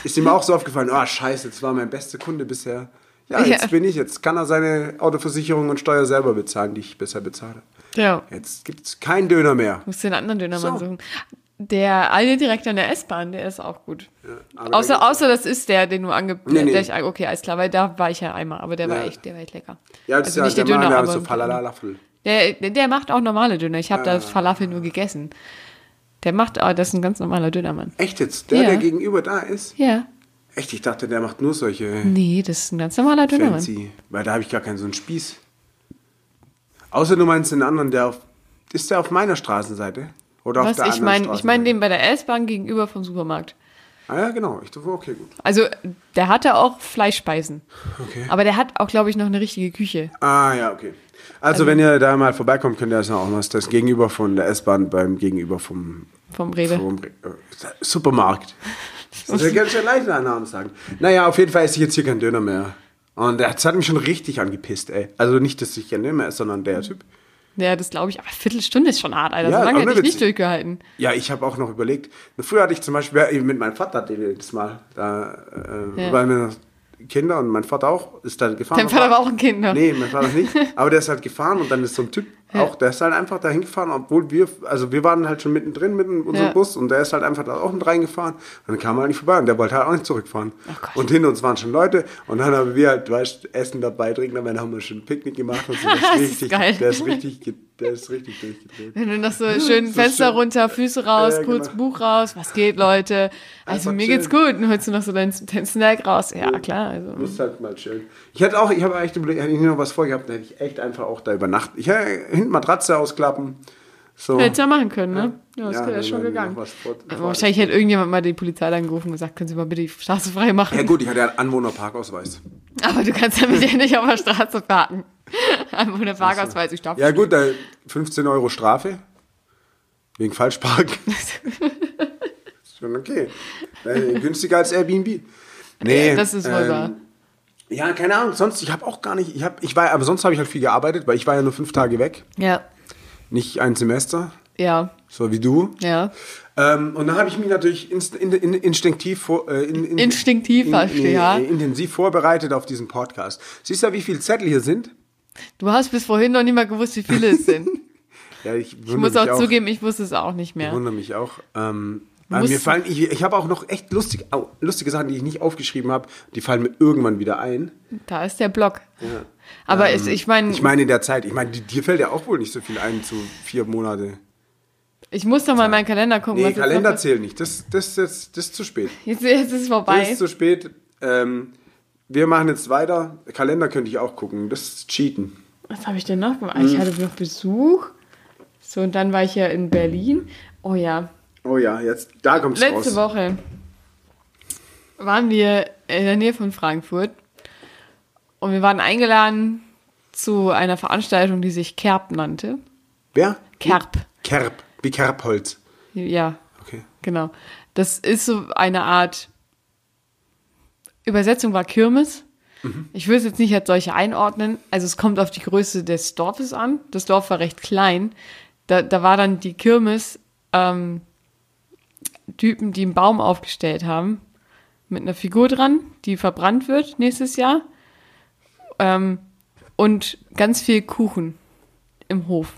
ist ihm auch so aufgefallen, oh scheiße, das war mein bester Kunde bisher. Ja, jetzt Ja. bin ich, jetzt kann er seine Autoversicherung und Steuer selber bezahlen, die ich bisher bezahle. Ja. Jetzt gibt es keinen Döner mehr. Musst du den anderen So. Dönermann suchen. Der eine direkt an der S-Bahn, der ist auch gut. aber da außer, geht's- außer das ist der, den du ange... Nee, nee. Der ich, okay, alles klar, weil da war ich ja einmal, aber der war Ja. echt, der war echt lecker. Ja, das also ist nicht ja, der, der Döner, Mann, der aber... so Falalafel. Der, der macht auch normale Döner. Ich habe Ah. da Falafel nur gegessen. Der macht, ah, das ist ein ganz normaler Dönermann. Echt jetzt? Der, Ja. der gegenüber da ist? Ja. Echt, ich dachte, der macht nur solche Nee, das ist ein ganz normaler Dönermann. Fancy. Weil da habe ich gar keinen so einen Spieß. Außer du meinst den anderen, der auf... Ist der auf meiner Straßenseite? Oder auf Was der ich anderen meine, ich Straßenseite? meine den bei der S-Bahn gegenüber vom Supermarkt. Ah ja, genau. Ich dachte, okay, gut. Also, der hatte auch Fleischspeisen. Okay. Aber der hat auch, glaube ich, noch eine richtige Küche. Ah ja, okay. Also wenn ihr da mal vorbeikommt, könnt ihr das noch auch was. Das Gegenüber von der S-Bahn beim Gegenüber vom, Vom Rewe. vom äh, Supermarkt. Das ist ja ganz schön leicht, einen Namen zu sagen. Naja, auf jeden Fall esse ich jetzt hier keinen Döner mehr. Und das hat mich schon richtig angepisst, ey. Also nicht, dass ich keinen Döner mehr esse, sondern der Typ. Ja, das glaube ich. Aber Viertelstunde ist schon hart, Alter. Ja, so aber lange hätte ich nicht witzig. durchgehalten. Ja, ich habe auch noch überlegt. Früher hatte ich zum Beispiel ja, eben mit meinem Vater hatte ich das Mal. Da äh, Ja. waren wir noch Kinder und mein Vater auch ist da gefahren. Dein Vater war auch ein Kind ne? noch. Nee, mein Vater nicht. Aber der ist halt gefahren und dann ist so ein Typ auch, der ist halt einfach da hingefahren, obwohl wir, also wir waren halt schon mittendrin mit unserem Ja. Bus und der ist halt einfach da auch mit reingefahren. Und dann kam er halt nicht vorbei und der wollte halt auch nicht zurückfahren. Gott. und hinter uns waren schon Leute und dann haben wir halt, weißt du, Essen dabei, Trinken dabei, dann haben wir schon ein Picknick gemacht und so. Der ist Das ist richtig, geil. Der ist richtig, ge- der ist richtig durchgedreht. Wenn du noch so schön Fenster schön. runter, Füße raus, Ja, ja, kurz genau. Buch raus, was geht, Leute? Einfach Also mir geht's gut. Und holst du noch so deinen, deinen Snack raus. Ja, klar. Also. Muss halt mal chillen. Ich hätte auch, ich habe echt überlegt, hätte ich noch was vorgehabt, dann hätte ich echt einfach auch da übernachtet. Ich hätte hinten Matratze ausklappen. So. Hätte ja machen können, ne? Ja, das wäre wenn schon man gegangen. noch was vor- Aber vor- wahrscheinlich hätte irgendjemand mal die Polizei angerufen und gesagt, können Sie mal bitte die Straße frei machen. Ja gut, ich hatte ja einen Anwohnerparkausweis. Aber du kannst damit ja nicht auf der Straße parken. Einfach eine Parkausweis, ich darf Ja gut, da 15 Euro Strafe wegen Falschparken. ist schon okay. Äh, günstiger als Airbnb. Nee, Ja, das ist wohl ähm, wahr. Ja, keine Ahnung, sonst, ich habe auch gar nicht, ich habe, ich war, aber sonst habe ich halt viel gearbeitet, weil ich war ja nur fünf Tage weg, Ja, nicht ein Semester, ja, so wie du. ja. Ähm, und dann habe ich mich natürlich inst in, in, instinktiv vor, äh, in, in, äh, Instinktiv, verstehe, ja. intensiv vorbereitet auf diesen Podcast. Siehst du, wie viele Zettel hier sind? Du hast bis vorhin noch nicht mal gewusst, wie viele es sind. Ja, ich, Ich muss auch, zugeben, ich wusste es auch nicht Ich mehr. wundere mich auch. Ähm, Weil Muss- mir fallen, ich, ich habe auch noch echt lustig, au, lustige Sachen, die ich nicht aufgeschrieben habe, die fallen mir irgendwann wieder ein. Da ist der Block. Aber es, ich meine, Ähm, ich, Ich meine in der Zeit, ich meine, die- dir fällt ja auch wohl nicht so viel ein zu vier Monate. muss doch mal in meinen Kalender gucken. Nee, was jetzt Kalender noch- zählt nicht, das, das, das, das ist zu spät. jetzt, jetzt ist es vorbei. Das ist zu spät. Ähm, wir machen jetzt weiter. Kalender könnte ich auch gucken, das ist Cheaten. Was habe ich denn noch gemacht? Hm. Ich hatte noch Besuch. So, und dann war ich ja in Berlin. Oh ja, Oh ja, jetzt, da kommt's raus. letzte Woche waren wir in der Nähe von Frankfurt und wir waren eingeladen zu einer Veranstaltung, die sich Kerb nannte. Wer? Kerb, Kerb, wie Kerbholz. ja, Okay. genau. Das ist so eine Art, Übersetzung war Kirmes. Mhm. Ich will es jetzt nicht als solche einordnen. Also es kommt auf die Größe des Dorfes an. Das Dorf war recht klein. Da, da war dann die Kirmes ähm, Typen, die einen Baum aufgestellt haben mit einer Figur dran, die verbrannt wird nächstes Jahr. Ähm, und ganz viel Kuchen im Hof.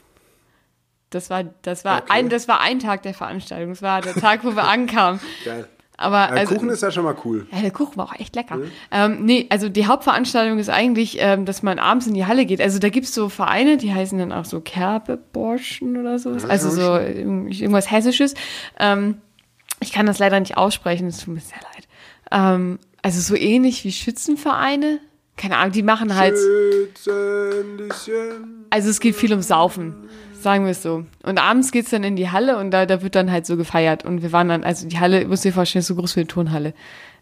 Das war, das war Okay. ein, das war ein Tag der Veranstaltung. Das war der Tag, wo wir ankamen. Geil. Aber Äh, also, Kuchen ist ja schon mal cool. ja, der Kuchen war auch echt lecker. Ähm, nee, also die Hauptveranstaltung ist eigentlich, ähm, dass man abends in die Halle geht. Also da gibt's so Vereine, die heißen dann auch so Kerbeborschen oder so. Also so irg- irgendwas Hessisches. Ähm, ich kann das leider nicht aussprechen, es tut mir sehr leid. Ähm, also so ähnlich wie Schützenvereine. Keine Ahnung, die machen halt. Schützenlichen. Also es geht viel um Saufen, sagen wir es so. Und abends geht's dann in die Halle und da, da wird dann halt so gefeiert. Und wir waren dann, also die Halle, musst du dir vorstellen, ist so groß wie eine Turnhalle.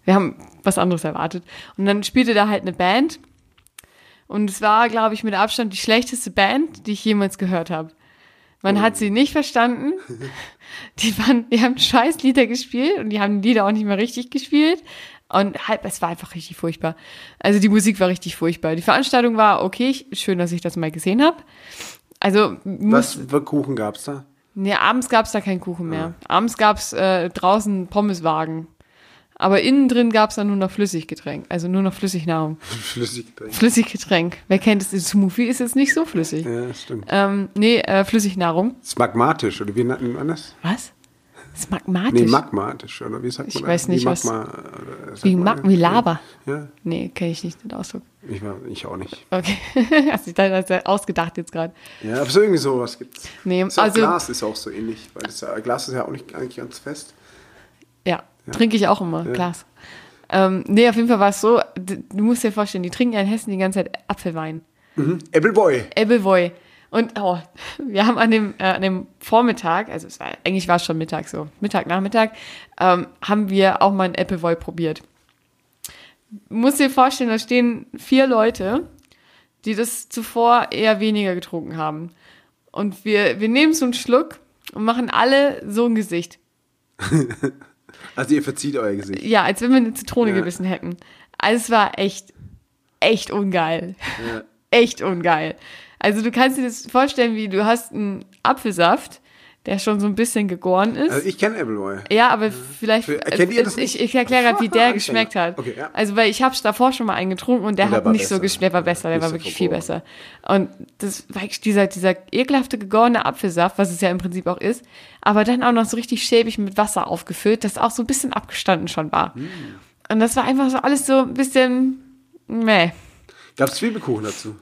Wir haben was anderes erwartet. Und dann spielte da halt eine Band. Und es war, glaube ich, mit Abstand die schlechteste Band, die ich jemals gehört habe. Man hat sie nicht verstanden. Die, waren, die haben scheiß Lieder gespielt und die haben die Lieder auch nicht mehr richtig gespielt. Und halt, es war einfach richtig furchtbar. Also die Musik war richtig furchtbar. Die Veranstaltung war okay, ich- schön, dass ich das mal gesehen habe. Also muss, Was für Kuchen gab's da? nee, abends gab es da keinen Kuchen mehr. Abends gab es äh, draußen Pommeswagen. Aber innen drin gab es dann nur noch Flüssiggetränk, also nur noch Flüssignahrung. Flüssiggetränk. Flüssiggetränk. Wer kennt es? Smoothie ist jetzt nicht so flüssig. Ja, stimmt. Ähm, nee, äh, Flüssignahrung. Ist magmatisch, oder wie nennt man das? Was? Das ist magmatisch. Nee, magmatisch, oder wie sagt man Ich das? weiß nicht, wie was- Magma, oder sagt Wie man Mag das? wie Laber. Ja, Nee, kenne ich nicht den Ausdruck. ich, war, ich auch nicht. Okay. Also, Hast du dich da da ausgedacht jetzt gerade? Ja, aber so irgendwie sowas gibt's. Nee, Ist auch also- Glas ist auch so ähnlich, weil das ja- Glas ist ja auch nicht eigentlich ganz fest. Ja, trinke ich auch immer, Glas. Ähm, nee, auf jeden Fall war es so, d- du musst dir vorstellen, die trinken ja in Hessen die ganze Zeit Apfelwein. Apple Boy. Ebbelwoi. Und oh, wir haben an dem, äh, an dem Vormittag, also es war, eigentlich war es schon Mittag so, Mittag, Nachmittag, ähm, haben wir auch mal einen Ebbelwoi probiert. Muss dir vorstellen, da stehen vier Leute, die das zuvor eher weniger getrunken haben. Und wir, wir nehmen so einen Schluck und machen alle so ein Gesicht. Also ihr verzieht euer Gesicht. Ja, als wenn wir eine Zitrone Ja. gebissen hätten. Also es war echt, echt ungeil. echt ungeil. Also du kannst dir das vorstellen, wie du hast einen Apfelsaft, der schon so ein bisschen gegoren ist. Also ich kenne Apple Boy. ja, aber vielleicht. Mhm. äh, Für- kennt ihr das ich nicht? ich erkläre gerade, wie der Anfänger. geschmeckt hat. Okay, ja. Also, weil ich habe es davor schon mal eingetrunken und der Und der hat war nicht so besser. geschmeckt. Der war besser, der Nicht war so wirklich viel vergoren. besser. Und das war echt dieser, dieser ekelhafte gegorene Apfelsaft, was es ja im Prinzip auch ist, aber dann auch noch so richtig schäbig mit Wasser aufgefüllt, das auch so ein bisschen abgestanden schon war. Mm. Und das war einfach so alles so ein bisschen. Meh. Gab's Zwiebelkuchen dazu?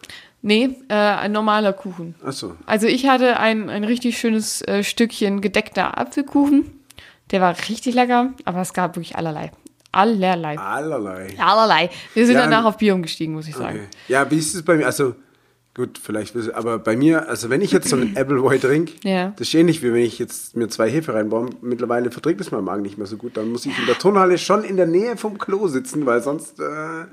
Nee, äh, ein normaler Kuchen. Achso. Also ich hatte ein, ein richtig schönes äh, Stückchen gedeckter Apfelkuchen. Der war richtig lecker, aber es gab wirklich allerlei. Allerlei. Allerlei. Allerlei. Wir sind Ja, danach ähm, auf Bier umgestiegen, muss ich sagen. Okay. Ja, wie ist es bei mir? Also, gut, vielleicht, wissen- aber bei mir, also wenn ich jetzt so einen Appleboy trinke, Ja. das ist ähnlich wie wenn ich jetzt mir zwei Hefe reinbaue. Mittlerweile verträgt es mein Magen nicht mehr so gut. Dann muss ich in der Turnhalle schon in der Nähe vom Klo sitzen, weil sonst äh,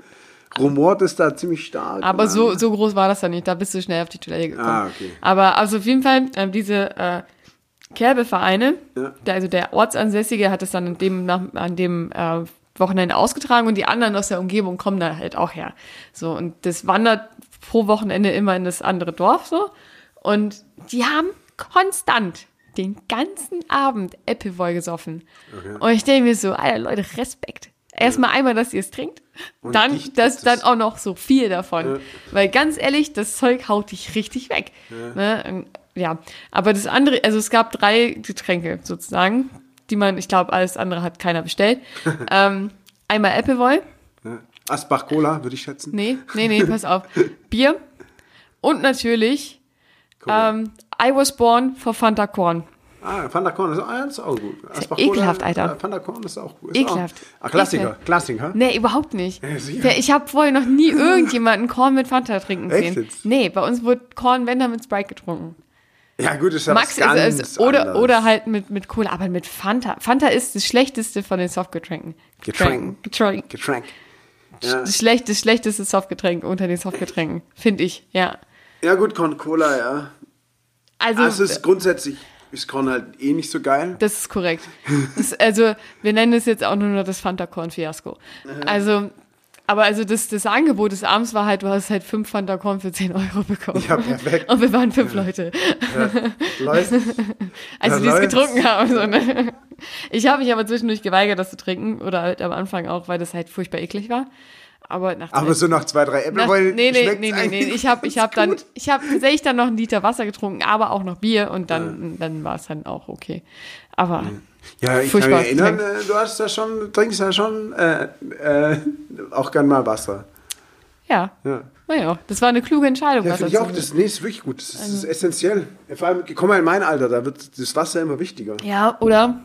rumort es da ziemlich stark. Aber Und so, dann- so groß war das dann nicht. Da bist du schnell auf die Toilette gekommen. Ah, okay. Aber also auf jeden Fall, ähm, diese äh, Kerbevereine, Ja. der, also der Ortsansässige hat es dann an dem, nach, an dem äh, Wochenende ausgetragen und die anderen aus der Umgebung kommen da halt auch her. So, und das wandert pro Wochenende immer in das andere Dorf so. Und die haben konstant den ganzen Abend Appleboy gesoffen. Und ich denke mir so, Alter, Leute, Respekt. Erstmal einmal, dass ihr es trinkt, Und dann, dich dass tut es. dann auch noch so viel davon. Weil ganz ehrlich, das Zeug haut dich richtig weg. Ähm, Ja. Ne? Ja, aber das andere, also es gab drei Getränke sozusagen. die man, ich glaube, alles andere hat keiner bestellt. ähm, einmal Appleboy. Ja. Asbach Cola, würde ich schätzen. Nee, nee, nee, pass auf. Bier. Und natürlich Cola. ähm, I was born for Fanta Corn. Ah, Fanta Korn ist, ah, ist auch gut. Asbach ekelhaft, Alter. äh, Fanta Korn ist auch gut. Ist Ekelhaft. Auch, ah, Klassiker, Ekelhaft. Klassiker. Nee, überhaupt nicht. Ja, sicher. Der- Ich habe vorher noch nie irgendjemanden Korn mit Fanta trinken Echt sehen. jetzt? Nee, bei uns wurde Korn, wenn dann mit Sprite getrunken. Ja, gut, ist ja Max was ganz ist, ist oder, anderes. oder halt mit, mit Cola, aber mit Fanta. Fanta ist das schlechteste von den Softgetränken. Getränken. Getränken. Getränk. Ja. Das schlecht- das schlechteste Softgetränk unter den Softgetränken, finde ich, ja. ja, gut, Korn Cola, ja. Also, Also, es ist grundsätzlich ist Korn halt eh nicht so geil. das ist korrekt. Das, also, wir nennen es jetzt auch nur noch das Fanta-Korn-Fiasko. Also, aber also das, das Angebot des Abends war halt, du hast halt fünf Fanta-Korn für 10 Euro bekommen. Ja, perfekt. Und wir waren fünf Leute, Leute, also Ja, die es läuft's. getrunken haben. So, ne? Ich habe mich aber zwischendurch geweigert, das zu trinken. Oder halt am Anfang auch, weil das halt furchtbar eklig war. Aber nach Aber so nach zwei, drei Äpfel Nach, weil nee, nee, schmeckt's nee, nee, nee. eigentlich Ich habe ich hab ganz dann, gut. ich habe tatsächlich dann noch einen Liter Wasser getrunken, aber auch noch Bier und dann, dann war es dann auch okay. Aber Ja, ich kann Furchtbar. mich erinnern, äh, du hast ja schon, trinkst ja schon äh, äh, auch gern mal Wasser. ja, Ja. naja, das war eine kluge Entscheidung. Ja, was finde ich dazu auch. zu- Das, nee, ist wirklich gut. Das ist, Ähm. ist essentiell. Ja, Vor allem, komm mal in mein Alter, da wird das Wasser immer wichtiger. ja, oder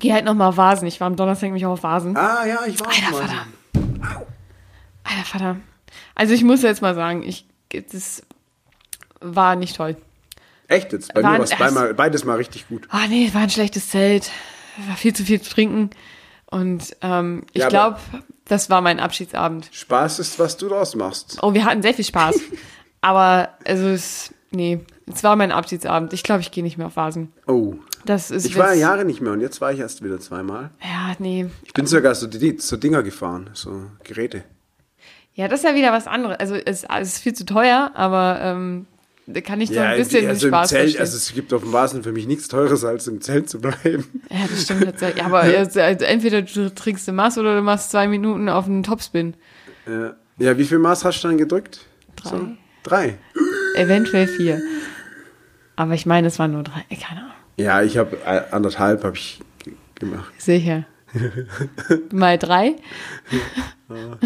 geh halt nochmal Vasen. Ich war am Donnerstag nämlich auch auf Vasen. Ah, ja, ich war auch mal. Alter Vater. Also ich muss jetzt mal sagen, ich, das war nicht toll. Echt jetzt? Bei Waren- mir war es beimal- beides mal richtig gut. Ah, nee, war ein schlechtes Zelt. War viel zu viel zu trinken. Und ähm, ich Ja, aber- glaube, das war mein Abschiedsabend. Spaß ist, was du draus machst. Oh, wir hatten sehr viel Spaß. Aber also es, nee, es war mein Abschiedsabend. Ich glaube, ich gehe nicht mehr auf Vasen. Oh. Das ist Ich war jetzt- ja Jahre nicht mehr und jetzt war ich erst wieder zweimal. Ja, nee. Ich bin sogar so, die, so Dinger gefahren, so Geräte. Ja, das ist ja wieder was anderes. Also es, es ist viel zu teuer, aber ähm, da kann ich so ein bisschen also den Spaß im Zelt, verstehen. also es gibt auf dem Vasen für mich nichts Teures, als im Zelt zu bleiben. ja, das stimmt tatsächlich. Ja, aber jetzt, also entweder du trinkst du Maß oder du machst zwei Minuten auf einen Topspin. Ja, ja wie viel Maß hast du dann gedrückt? Drei. Drei. Eventuell vier. Aber ich meine, es waren nur drei. Äh, Keine Ahnung. Ja, ich habe äh, anderthalb habe ich ge- gemacht. Sicher. Mal drei. Ja,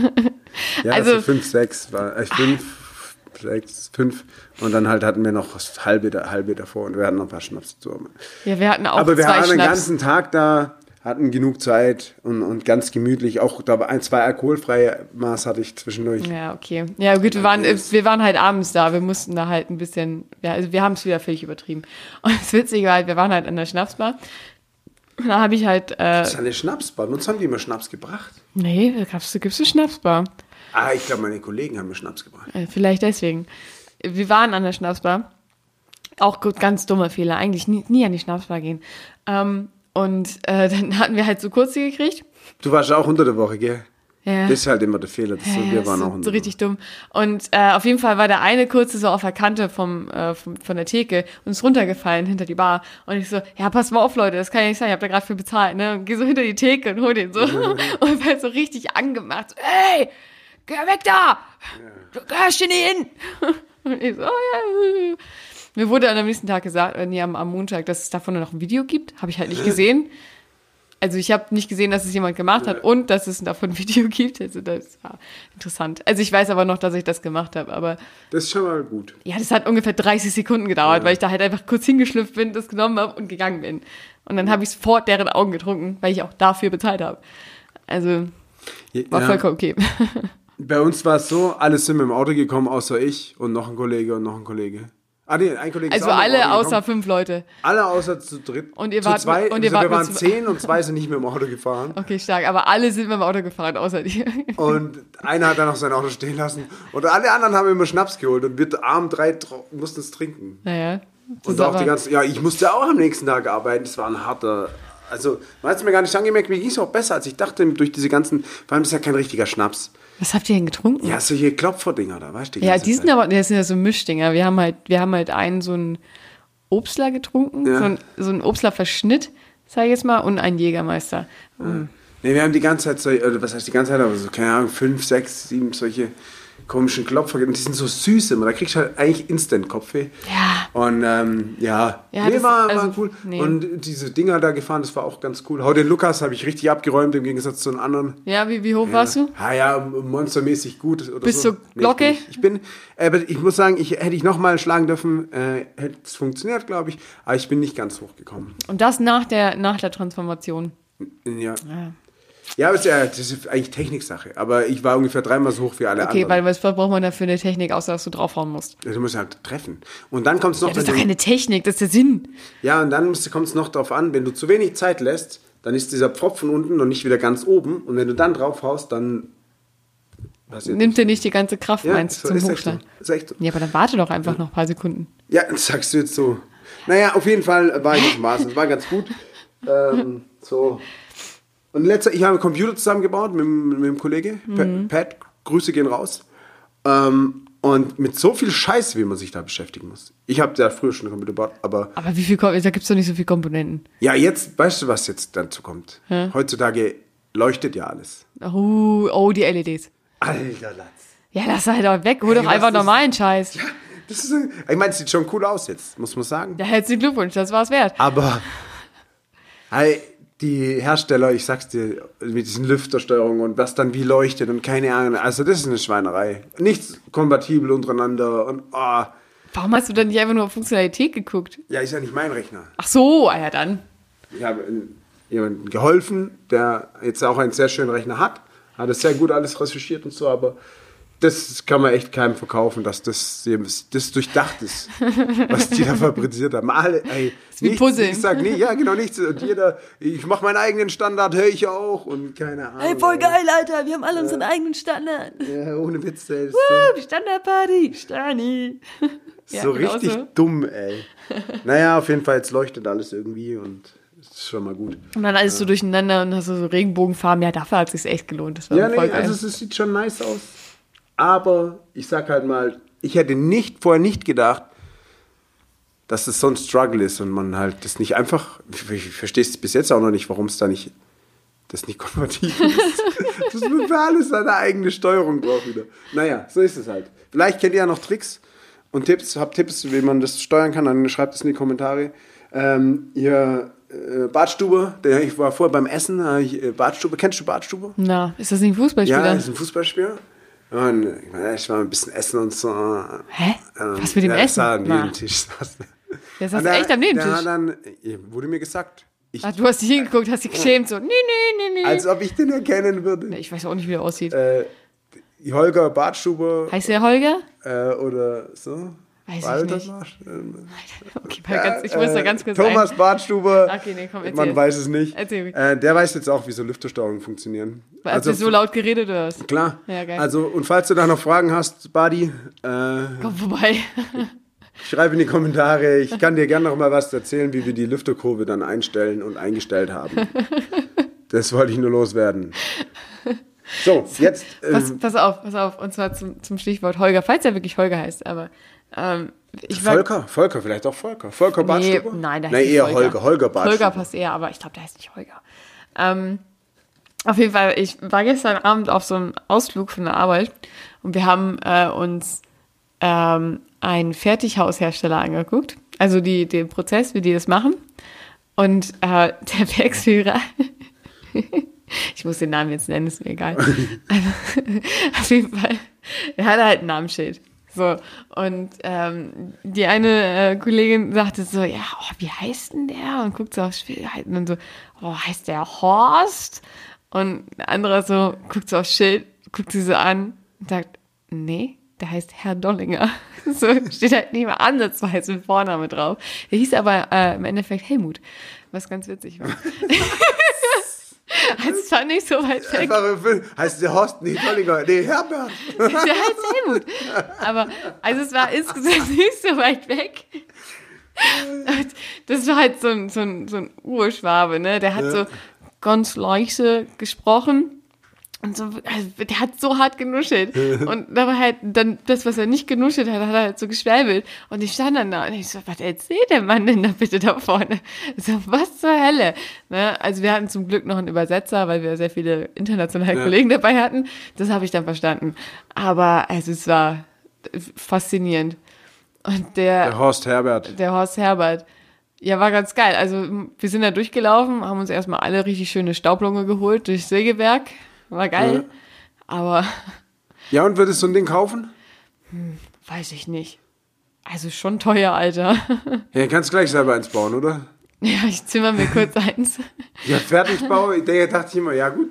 also, Also- fünf, sechs, war, äh, fünf, sechs, fünf. Und dann halt hatten wir noch das halbe, da- halbe davor und wir hatten noch ein paar Schnaps zu. Ja, wir hatten auch Aber wir zwei waren den Schnaps. ganzen Tag da, hatten genug Zeit und, und ganz gemütlich. Auch da war ein, zwei alkoholfreie Maß hatte ich zwischendurch. Ja, okay. Ja, gut, wir waren, wir waren halt abends da. Wir mussten da halt ein bisschen, ja, also wir haben es wieder völlig übertrieben. Und das Witzige war halt, wir waren halt an der Schnapsbar. Und da habe ich halt, äh, Das ist eine Schnapsbar. Uns haben die immer Schnaps gebracht. nee, da gab's, da gibt's eine Schnapsbar. Ah, ich glaube, meine Kollegen haben mir Schnaps gebracht. Äh, vielleicht deswegen. Wir waren an der Schnapsbar. Auch gut, ganz dummer Fehler. Eigentlich nie, nie an die Schnapsbar gehen. Ähm, und äh, dann hatten wir halt so kurze gekriegt. Du warst ja auch unter der Woche, gell? Ja. Das ist halt immer der Fehler. Das so, Ja, wir das waren ist auch unter so der Woche. richtig dumm. Und äh, auf jeden Fall war der eine kurze so auf der Kante vom, äh, vom, von der Theke und ist runtergefallen hinter die Bar. Und ich so, ja, passt mal auf, Leute, das kann ja nicht sein, ich habt da gerade für bezahlt, ne? Und geh so hinter die Theke und hol den so. und werd so richtig angemacht. So, ey, geh weg da! Du gehörst hier nicht hin! und ich so, oh ja. Mir wurde dann am nächsten Tag gesagt, äh, nee, am, am Montag, dass es davon nur noch ein Video gibt. Habe ich halt nicht gesehen. Also ich habe nicht gesehen, dass es jemand gemacht hat und dass es davon ein Video gibt. Also das war interessant. Also ich weiß aber noch, dass ich das gemacht habe. Aber Das ist schon mal gut. ja, das hat ungefähr 30 Sekunden gedauert, weil ich da halt einfach kurz hingeschlüpft bin, das genommen habe und gegangen bin. Und dann habe ich sofort deren Augen getrunken, weil ich auch dafür bezahlt habe. Also war Ja. vollkommen okay. Bei uns war es so, alle sind mit dem Auto gekommen, außer ich und noch ein Kollege und noch ein Kollege. Ah nee, ein Kollege ist Also auch mit dem alle Auto außer gekommen. fünf Leute. Alle außer zu dritt. Und ihr zu wart zwei, mit- und also ihr wart wir mit waren zwei- zehn und zwei sind nicht mit dem Auto gefahren. Okay, stark. Aber alle sind mit dem Auto gefahren, außer dir. Und einer hat dann noch sein Auto stehen lassen. Und alle anderen haben immer Schnaps geholt und wir arm drei tro- mussten es trinken. Naja. das Und ist auch die aber- ganze, ja, ich musste auch am nächsten Tag arbeiten. Das war ein harter. Also, man hat es mir gar nicht angemerkt, mir ging es auch besser, als ich dachte, durch diese ganzen, vor allem ist ja kein richtiger Schnaps. Was habt ihr denn getrunken? Ja, solche Klopferdinger da, weißt du? Ja, ganze die sind Zeit. aber, das sind ja so Mischdinger. Wir haben halt, wir haben halt einen so einen Obstler getrunken, Ja. so einen, so einen Obstler-Verschnitt, sag ich jetzt mal, und einen Jägermeister. äh, Nee, wir haben die ganze Zeit, so, oder was heißt die ganze Zeit, aber so, keine Ahnung, fünf, sechs, sieben solche komischen Klopfer gibt. Und die sind so süß immer. Da kriegst du halt eigentlich instant Kopfweh. Ja. Und ähm, ja, Ja, nee, das- war, also, war cool. nee. Und diese Dinger da gefahren, das war auch ganz cool. Hau den Lukas habe ich richtig abgeräumt im Gegensatz zu den anderen. Ja, wie, wie hoch warst du? Ah ja, monstermäßig gut. Oder Bist so. du Glocke? Nee, ich bin, nicht. ich, bin aber ich muss sagen, ich, hätte ich nochmal schlagen dürfen, äh, hätte es funktioniert, glaube ich. Aber ich bin nicht ganz hochgekommen. Und das nach der, nach der Transformation. Ja, Ja. Ah. ja aber es ist, ja, das ist eigentlich Techniksache. Aber ich war ungefähr dreimal so hoch wie alle Okay, weil anderen. was braucht man dafür eine Technik, außer dass du draufhauen musst? Du musst halt treffen. Und dann kommt es noch, Ja, das ist wenn doch du- keine Technik, das ist der Sinn. Ja, und dann kommt es noch darauf an, wenn du zu wenig Zeit lässt, dann ist dieser Pfropfen unten noch nicht wieder ganz oben. Und wenn du dann drauf haust, dann. Passiert. Nimmt dir nicht die ganze Kraft, Ja, meinst so du, zum ist echt so. Hochstein? Ist echt so. Ja, aber dann warte doch einfach noch ein paar Sekunden. Ja, das sagst du jetzt so. Naja, auf jeden Fall war ich auf dem Mars. Es war ganz gut. Ähm, so. Und letzter, ich habe einen Computer zusammengebaut mit, dem- mit dem Kollege, Pa- Pat. Grüße gehen raus. Ähm, und mit so viel Scheiß, wie man sich da beschäftigen muss. Ich habe ja früher schon einen Computer gebaut, aber Aber wie viel, Kom- da gibt es doch nicht so viele Komponenten. ja, jetzt, weißt du, was jetzt dazu kommt? Ja. Heutzutage leuchtet ja alles. Oh, oh, die LEDs. Alter Latz. Ja, lass halt doch weg, hol Ey, doch was einfach ist- normalen Scheiß. Ja. Das ist, ich meine, es sieht schon cool aus jetzt, muss man sagen. herzlichen Glückwunsch, das war's wert. Aber ey, die Hersteller, ich sag's dir, mit diesen Lüftersteuerungen und was dann wie leuchtet und keine Ahnung, also das ist eine Schweinerei. Nichts kompatibel untereinander und oh, Warum hast du dann nicht einfach nur auf Funktionalität geguckt? ja, ist ja nicht mein Rechner. Ach so, ah ja dann. Ich habe äh, jemandem geholfen, der jetzt auch einen sehr schönen Rechner hat, hat es sehr gut alles recherchiert und so, aber das kann man echt keinem verkaufen, dass das, das durchdacht ist, was die da fabriziert haben. Alle, ey, wie nichts, Puzzeln. Ich sag, nee, ja, genau, nichts. Und jeder, ich mache meinen eigenen Standard, höre ich auch und keine Ahnung. Ey, voll geil, Alter, wir haben alle unseren eigenen Standard. Ja, ohne Witz, ey, das ist so, Woo, Standardparty, Stani. Ja, so genau richtig so. dumm, ey. Naja, auf jeden Fall, jetzt leuchtet alles irgendwie und ist schon mal gut. Und dann alles so durcheinander und hast du so Regenbogenfarben. Ja, dafür hat es sich echt gelohnt. Das war Ja, nee, voll geil. also es, es sieht schon nice aus. Aber ich sag halt mal, ich hätte nicht vorher nicht gedacht, dass es so ein Struggle ist und man halt das nicht einfach. Ich, ich verstehe es bis jetzt auch noch nicht, warum es da nicht. Das nicht kompatibel ist. das ist für alles seine eigene Steuerung braucht wieder. Naja, so ist es halt. Vielleicht kennt ihr ja noch Tricks und Tipps. Habt Tipps, wie man das steuern kann, dann schreibt es in die Kommentare. Ähm, ihr äh, Bartstube, der, ich war vorher beim Essen, äh, ich, äh, Bartstube, kennst du Bartstube? Na, ist das nicht ein Fußballspieler? Ja, ist ein Fußballspieler. Und ich meine, ich war ein bisschen essen und so. Hä? Was mit dem ähm, ja, Essen? Ja, am Na. Nebentisch. saß der. Der saß Und da- echt am Nebentisch? Da dann, ja, wurde mir gesagt. Ich, Ah, du hast dich hingeguckt, hast dich geschämt. So, nee, nee, nee, nee. als ob ich den erkennen würde. ich weiß auch nicht, wie der aussieht. Äh, Holger Bartschuber heißt der Holger? äh, oder so. Weiß ich War das nicht. Marsch? Ähm, Okay, mal ganz, ich äh, muss da ganz kurz Thomas Bartstuber, Okay, nee, komm, erzähl. man weiß es nicht. Erzähl ruhig. Äh, der weiß jetzt auch, wie so Lüftersteuerungen funktionieren. Also ein, als du so laut geredet hast. klar. Ja, geil. Also, und falls du da noch Fragen hast, Badi, äh, Komm vorbei. Schreib in die Kommentare. Ich kann dir gerne noch mal was erzählen, wie wir die Lüfterkurve dann einstellen und eingestellt haben. Das wollte ich nur loswerden. So, jetzt. Pass, Ähm, pass auf, pass auf. Und zwar zum, zum Stichwort Holger, falls er wirklich Holger heißt, aber ähm, ich war. Volker, Volker, vielleicht auch Volker. Volker Nee, Bartstuber? nein, der heißt Nein, nicht eher Holger. Holger. Holger Bartstuber. Holger passt eher, aber ich glaube, der heißt nicht Holger. Ähm, auf jeden Fall, ich war gestern Abend auf so einem Ausflug von der Arbeit und wir haben äh, uns ähm, einen Fertighaushersteller angeguckt. Also die, den Prozess, wie die das machen. Und äh, der Werksführer, ich muss den Namen jetzt nennen, ist mir egal. Also, auf jeden Fall, er hatte halt ein Namensschild. So, und ähm, die eine äh, Kollegin sagte so, ja, oh, wie heißt denn der? Und guckt so aufs Schild halt und dann so, oh, heißt der Horst? Und ein anderer so, guckt so aufs Schild, guckt sie so an und sagt, nee, der heißt Herr Dollinger. So steht halt nicht mal ansatzweise ein Vorname drauf. Der hieß aber äh, im Endeffekt Helmut, was ganz witzig war. Als dann nicht so weit weg. Einfache Film. Heißt der Horst? Nee, Holger. Nee, Herbert. Der heißt Helmut. Aber also es war insgesamt nicht so weit weg. Und Das war halt so ein, so ein, so ein Urschwabe, ne? Der hat so ganz leise gesprochen. Und so, also, der hat so hart genuschelt. und dabei halt dann das, was er nicht genuschelt hat, hat er halt so geschwäbelt. Und ich stand dann da und ich so, was erzählt der Mann denn da bitte da vorne? So, was zur Hölle? Ne? Also wir hatten zum Glück noch einen Übersetzer, weil wir sehr viele internationale Ja. Kollegen dabei hatten. Das habe ich dann verstanden. Aber also, es war faszinierend. Und der, Der Horst Herbert. der Horst Herbert. Ja, war ganz geil. Also m, wir sind da durchgelaufen, haben uns erstmal alle richtig schöne Staublunge geholt durch Sägewerk. War geil. Ja. Aber Ja, und würdest du ein Ding kaufen? weiß ich nicht. Also schon teuer, Alter. Ja, kannst gleich selber eins bauen, oder? Ja, ich zimmer mir kurz eins. Ja, Fertigbau, ich denke, dachte ich immer, ja gut,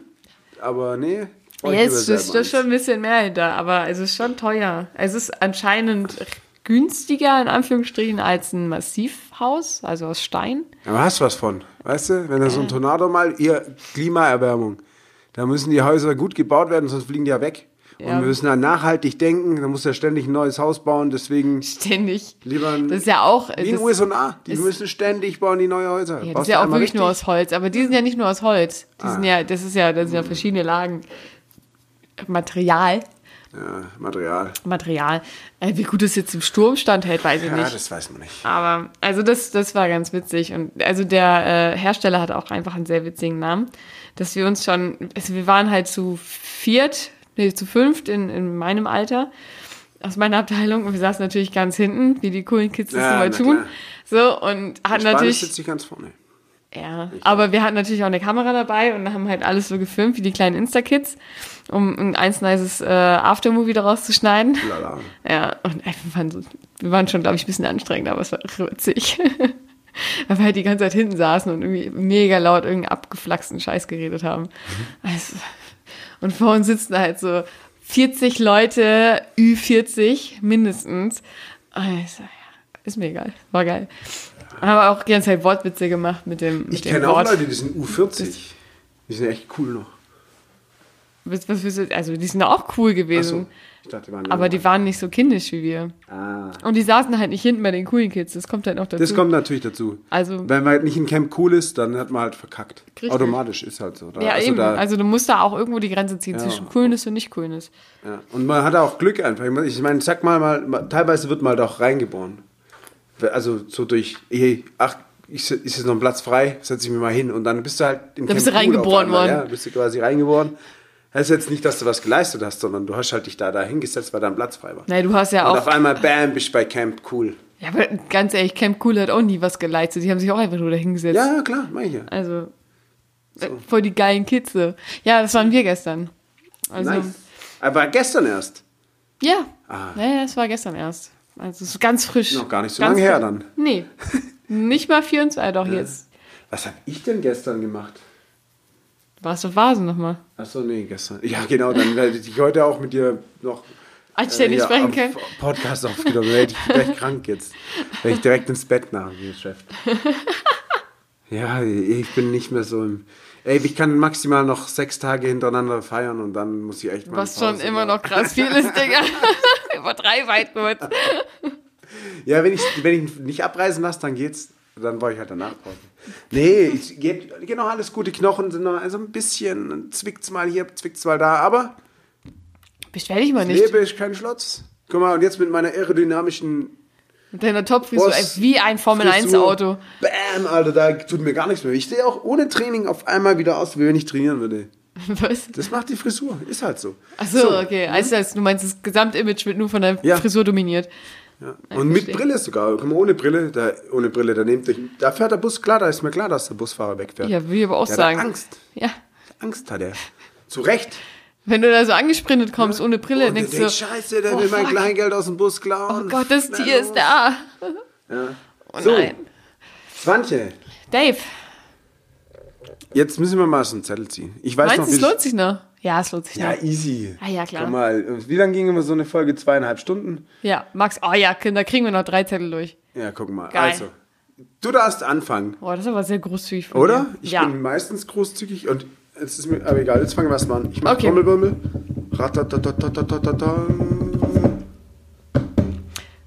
aber nee. brauch ich Jetzt lieber ist selber das schon eins. ein bisschen mehr hinter, aber es ist schon teuer. Es ist anscheinend günstiger, in Anführungsstrichen, als ein Massivhaus, also aus Stein. Aber hast was von, weißt du? Wenn da so ein Tornado mal, ihr Klimaerwärmung, da müssen die Häuser gut gebaut werden, sonst fliegen die ja weg. Ja. Und wir müssen da nachhaltig denken, da muss ja ständig ein neues Haus bauen, deswegen Ständig. lieber ein, Das ist ja auch. wie in das- den USA. Die ist- müssen ständig bauen die neue Häuser. Ja, das Baust ist ja du auch einmal wirklich nur richtig? aus Holz, aber die sind ja nicht nur aus Holz. Die sind Ah. ja, das ist ja, das sind ja verschiedene Lagen. Material, Ja, Material. Material. Äh, Wie gut es jetzt im Sturm standhält, weiß ich Ja, nicht. das weiß man nicht. Aber also das, das war ganz witzig. Und also der äh, Hersteller hat auch einfach einen sehr witzigen Namen, dass wir uns schon, also wir waren halt zu viert, nee, zu fünft in, in meinem Alter aus meiner Abteilung und wir saßen natürlich ganz hinten, wie die coolen Kids das Ja, immer na tun. klar. So, und hatten Spanisch natürlich. sitzt ich ganz vorne. Ja, aber wir hatten natürlich auch eine Kamera dabei und haben halt alles so gefilmt wie die kleinen Insta-Kids, um ein eins nices äh, Aftermovie daraus zu schneiden. Lala. Ja, und einfach waren so, wir waren schon, glaube ich, ein bisschen anstrengend, aber es war witzig. Weil wir halt die ganze Zeit hinten saßen und irgendwie mega laut irgendeinen abgeflachsten Scheiß geredet haben. Mhm. Also, und vor uns sitzen halt so 40 Leute, Ü40 mindestens. Also, ja, ist mir egal, war geil. Aber auch die ganze Zeit Wortwitze gemacht mit dem, mit Ich dem kenne auch Wort. Leute, die sind U40. Die sind echt cool noch. Was, was, willst du- also die sind auch cool Ach gewesen, so. Ich dachte, die waren aber die jünger. waren nicht so kindisch wie wir. Ah. Und die saßen halt nicht hinten bei den coolen Kids, das kommt halt noch dazu. Das kommt natürlich dazu. Also- Wenn man halt nicht in Camp cool ist, dann hat man halt verkackt. Richtig. Automatisch ist halt so. Da- Ja, also eben. Da, also du musst da auch irgendwo die Grenze ziehen Ja. zwischen Coolness und Nicht-Coolness. ja. Und man hat auch Glück einfach. Ich meine- Ich meine, sag mal, mal, mal teilweise wird man halt auch reingeboren. Also so durch, hey, ach, ich, se- ist jetzt noch ein Platz frei, setze ich mich mal hin. Und dann bist du halt in Dann bist du auf reingeboren einmal, worden. Ja, bist du quasi reingeboren. Das ist jetzt nicht, dass du was geleistet hast, sondern du hast halt dich da, da hingesetzt, weil da ein Platz frei war. Naja, du hast ja Und auch. auf einmal, bam, bist du bei Camp cool. Ja, aber ganz ehrlich, Camp Cool hat auch nie was geleistet. Die haben sich auch einfach nur dahingesetzt. Ja, ja, klar, mach ich ja. Also, äh, voll die geilen Kids. so. Ja, das waren wir gestern. Also, nice. Aber gestern erst. ja. Ah. Naja, das war gestern erst. Also, es ist ganz frisch. Noch gar nicht so ganz lange her frisch. dann. Nee. nicht mal 24, doch jetzt. Was habe ich denn gestern gemacht? Warst du auf Vasen nochmal? Achso, nee, gestern. Ja, genau, dann werde ich heute auch mit dir noch. Als ich dir nicht hier sprechen am kann. Podcast aufgenommen. Wäre ich gleich krank jetzt. Wäre ich direkt ins Bett nach dem Geschäft. Ja, ich bin nicht mehr so im. Ey, ich kann maximal noch sechs Tage hintereinander feiern und dann muss ich echt mal. eine Was schon Pause immer machen. noch krass viel ist, Digga. Über drei weit kurz. Ja, wenn ich, wenn ich nicht abreisen lasse, dann geht's. Dann war ich halt danach Pause. Nee, ich, geht, genau, alles gute Knochen sind noch also ein bisschen. Zwickt's mal hier, zwickt's mal da, aber. Beschwer dich mal nicht. Lebe ich kein Schlotz. Guck mal, und jetzt mit meiner aerodynamischen Mit deiner Topfrisur, Boss- ey, wie ein Frisur. Formel-1-Auto. Bam, Alter, da tut mir gar nichts mehr. Ich sehe auch ohne Training auf einmal wieder aus, wie wenn ich trainieren würde. Was? Das macht die Frisur. Ist halt so. ne? Achso, okay. Also, das heißt, du meinst, das Gesamtimage wird nur von der Ja. Frisur dominiert. Ja. Und mit verstehe. Brille sogar. Guck mal, ohne Brille, da, ohne Brille, da nehmt euch. Da fährt der Bus klar, da ist mir klar, dass der Busfahrer wegfährt. Ja, würde ich aber auch Der hat sagen. Angst. Ja. Angst hat er. Zu Recht. Wenn du da so angesprintet kommst, ohne Brille, Und denkst Oh, der du, denkt, Scheiße, der oh, will mein fuck. Kleingeld aus dem Bus oh klauen. Gott, das Na Tier ist los. da. Ja. Oh so, nein. Swantje, Dave, jetzt müssen wir mal so einen Zettel ziehen. Ich weiß noch, meinst du, wie es lohnt sich noch? Ja, es lohnt sich Ja, noch. easy. Ah, ja, klar. Guck mal, wie lange ging immer so eine Folge? Zweieinhalb Stunden? Ja, Max, oh ja, Kinder, kriegen wir noch drei Zettel durch. Ja, guck mal. Geil. Also, du darfst anfangen, Boah, das ist aber sehr großzügig von oder? Dir. Ich ja. bin meistens großzügig und es ist mir aber egal. Jetzt fangen wir erstmal an. Ich mache Okay. Trommelwirbel. Ratatatatatata.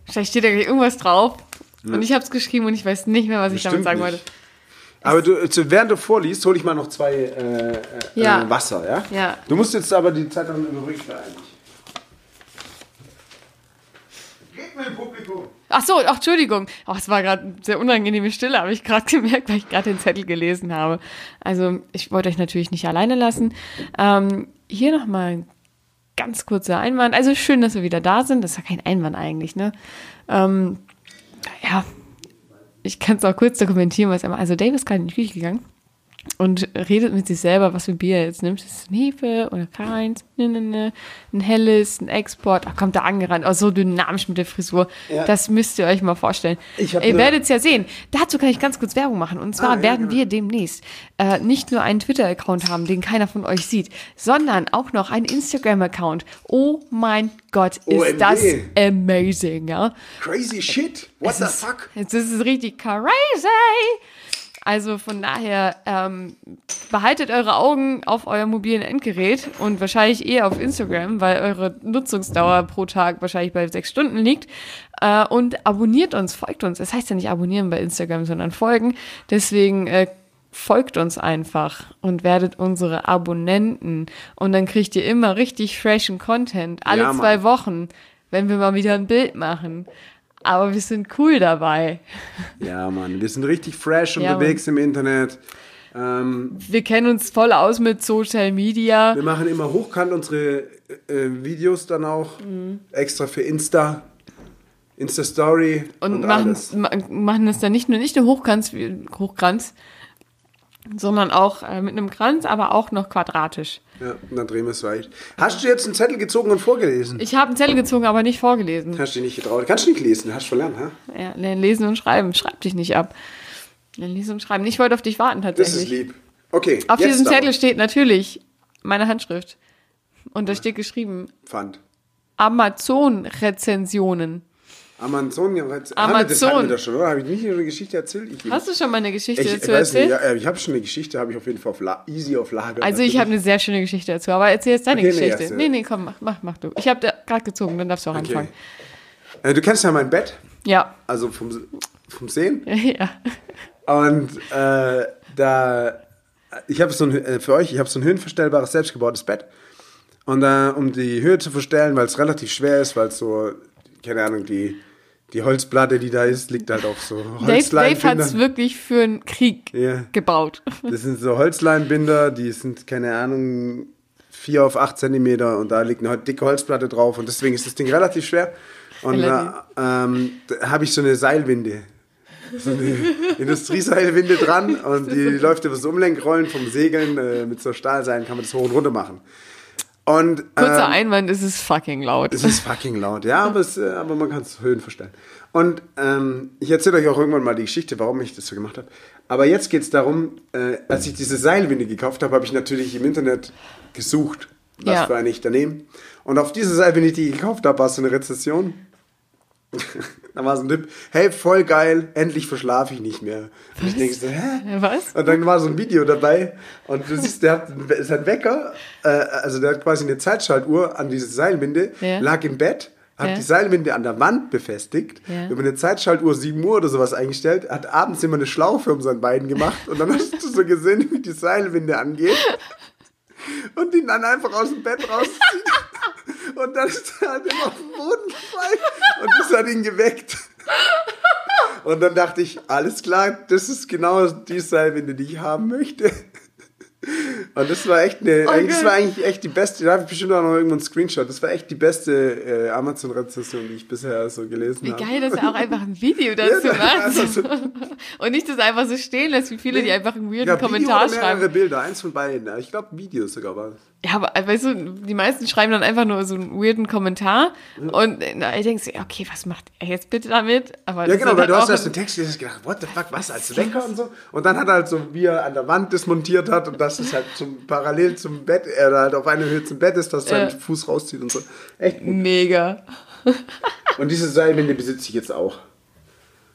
Vielleicht steht da gleich irgendwas drauf. Und ich hab's geschrieben und ich weiß nicht mehr, was ich damit Bestimmt sagen nicht. wollte. Aber du, zu- während du vorliest, hole ich mal noch zwei äh, äh, Ja. äh, Wasser, ja? Ja. Du musst jetzt aber die Zeit dann übrig eigentlich. Red mit dem Publikum. Ach so, ach, Entschuldigung. Ach, es war gerade sehr unangenehme Stille, habe ich gerade gemerkt, weil ich gerade den Zettel gelesen habe. Also, ich wollte euch natürlich nicht alleine lassen. Ähm, hier nochmal ein ganz kurzer Einwand. Also, schön, dass wir wieder da sind. Das ist ja kein Einwand eigentlich, ne? Ähm, ja, ich kann es auch kurz dokumentieren, was er macht. Also, Dave ist gerade in die Küche gegangen und redet mit sich selber, was für ein Bier er jetzt nimmt. Ist es ein Hefe oder keins? Ne, ne, ne. Ein helles, ein Export. Ach, kommt da angerannt. Oh, so dynamisch mit der Frisur. Ja. Das müsst ihr euch mal vorstellen. Ich hab Ihr ne- werdet es ja sehen. Dazu kann ich ganz kurz Werbung machen. Und zwar ja, werden genau. wir demnächst äh, nicht nur einen Twitter-Account haben, den keiner von euch sieht, sondern auch noch einen Instagram-Account. Oh mein Gott, ist OMG. das amazing, ja? Crazy shit. What the fuck? Jetzt ist es richtig crazy. Also von daher ähm, behaltet eure Augen auf euer mobilen Endgerät und wahrscheinlich eher auf Instagram, weil eure Nutzungsdauer pro Tag wahrscheinlich bei sechs Stunden liegt. Äh, und abonniert uns, folgt uns. Das heißt ja nicht abonnieren bei Instagram, sondern folgen. Deswegen äh, folgt uns einfach und werdet unsere Abonnenten. Und dann kriegt ihr immer richtig freshen Content. Alle Ja, Mann. zwei Wochen, wenn wir mal wieder ein Bild machen. Aber wir sind cool dabei. Ja, Mann, wir sind richtig fresh Ja, unterwegs im Internet. Ähm, Wir kennen uns voll aus mit Social Media. wir machen immer hochkant unsere äh, Videos dann auch Mhm. extra für Insta, Insta Story und, und, machen, alles. ma machen das dann nicht nur nicht nur Hochkranz, Hochkranz, sondern auch äh, mit einem Kranz, aber auch noch quadratisch. Ja, und dann drehen wir es weich. Hast du jetzt einen Zettel gezogen und vorgelesen? Ich habe einen Zettel gezogen, aber nicht vorgelesen. Hast du dich nicht getraut? Kannst du nicht lesen? Hast du verlernt, ha? Ja, lernen lesen und schreiben. Schreib dich nicht ab. Lernen lesen und schreiben. Ich wollte auf dich warten Das ist tatsächlich. lieb. Okay. Auf jetzt diesem aber. Zettel steht natürlich meine Handschrift. Und da steht geschrieben Pfand. Amazon-Rezensionen. Amazon. ja, was- Amazon. Haben wir, das hatten wir doch schon, oder? Habe ich nicht eine Geschichte erzählt? Ich, Hast du schon mal eine Geschichte ich, dazu ich weiß nicht. erzählt? Ja, äh, ich habe schon eine Geschichte, habe ich auf jeden Fall auf La easy auf Lager. Also ich habe eine sehr schöne Geschichte dazu, aber erzähl jetzt deine Okay, nee, Geschichte. erzähl. Nee, nee, komm, mach, mach, mach du. Ich habe gerade gezogen, dann darfst du auch Okay. anfangen. Äh, du kennst ja mein Bett, Ja. also vom, vom Sehen. ja. Und äh, da, ich habe so ein, äh, für euch, ich habe so ein höhenverstellbares, selbstgebautes Bett. Und äh, um die Höhe zu verstellen, weil es relativ schwer ist, weil es so, keine Ahnung, die, die Holzplatte, die da ist, liegt halt auf so Dave, Dave hat Holzleinbindern. es wirklich für einen Krieg Ja. gebaut. Das sind so Holzleinbinder, die sind, keine Ahnung, 4 auf 8 Zentimeter und da liegt eine hol- dicke Holzplatte drauf und deswegen ist das Ding relativ schwer. Und da ähm, da habe ich so eine Seilwinde. So eine Industrieseilwinde dran und die läuft über das Umlenkrollen vom Segeln äh, mit so Stahlseilen, kann man das hoch und runter machen. Und, Kurzer ähm, Einwand, es ist fucking laut. es ist fucking laut, ja, aber, es, äh, aber man kann es Höhen verstellen. Und ähm, ich erzähle euch auch irgendwann mal die Geschichte, warum ich das so gemacht habe. Aber jetzt geht es darum, äh, als ich diese Seilwinde gekauft habe, habe ich natürlich im Internet gesucht, was Ja. für eine ich daneben. Und auf diese Seilwinde, die ich gekauft habe, war es so eine Rezession. da war so ein Tipp, hey, voll geil, endlich verschlafe ich nicht mehr. Und ich denke so, hä? Was? Und dann war so ein Video dabei und du siehst, der hat sein Wecker, äh, also der hat quasi eine Zeitschaltuhr an diese Seilwinde, Ja. lag im Bett, hat Ja. die Seilwinde an der Wand befestigt, Ja. über eine Zeitschaltuhr 7 Uhr oder sowas eingestellt, hat abends immer eine Schlaufe um sein Bein gemacht und dann hast du so gesehen, wie die Seilwinde angeht und ihn dann einfach aus dem Bett rauszieht. Und dann ist er halt immer auf den Boden gefallen und das hat ihn geweckt. Und dann dachte ich, alles klar, das ist genau die Seilwinde, die ich haben möchte. Und das war echt eine, Oh das Gott. war eigentlich echt die beste, da habe ich bestimmt auch noch irgendwo einen Screenshot, das war echt die beste äh, Amazon-Rezession, die ich bisher so gelesen Wie habe. geil, dass er auch einfach ein Video dazu Ja, macht. einfach so- Und nicht das einfach so stehen lässt, wie viele, die einfach einen weirden Ja, Kommentar Video oder mehrere schreiben. Bilder, eins von beiden. Ich glaube, Videos sogar war das. Ja, aber äh, weißt du, die meisten schreiben dann einfach nur so einen weirden Kommentar. Und na, ich denke so, ja, okay, was macht er jetzt bitte damit? Aber Ja, das genau, ist weil du halt hast auch erst den Text gelesen und gedacht, what the fuck, was als Wecker und so. Und dann hat er halt so, wie er an der Wand das montiert hat und dass es halt zum, parallel zum Bett, er da halt auf einer Höhe zum Bett ist, dass sein Ja. Fuß rauszieht und so. Echt. mega. Und diese Seilwinde besitze ich jetzt auch.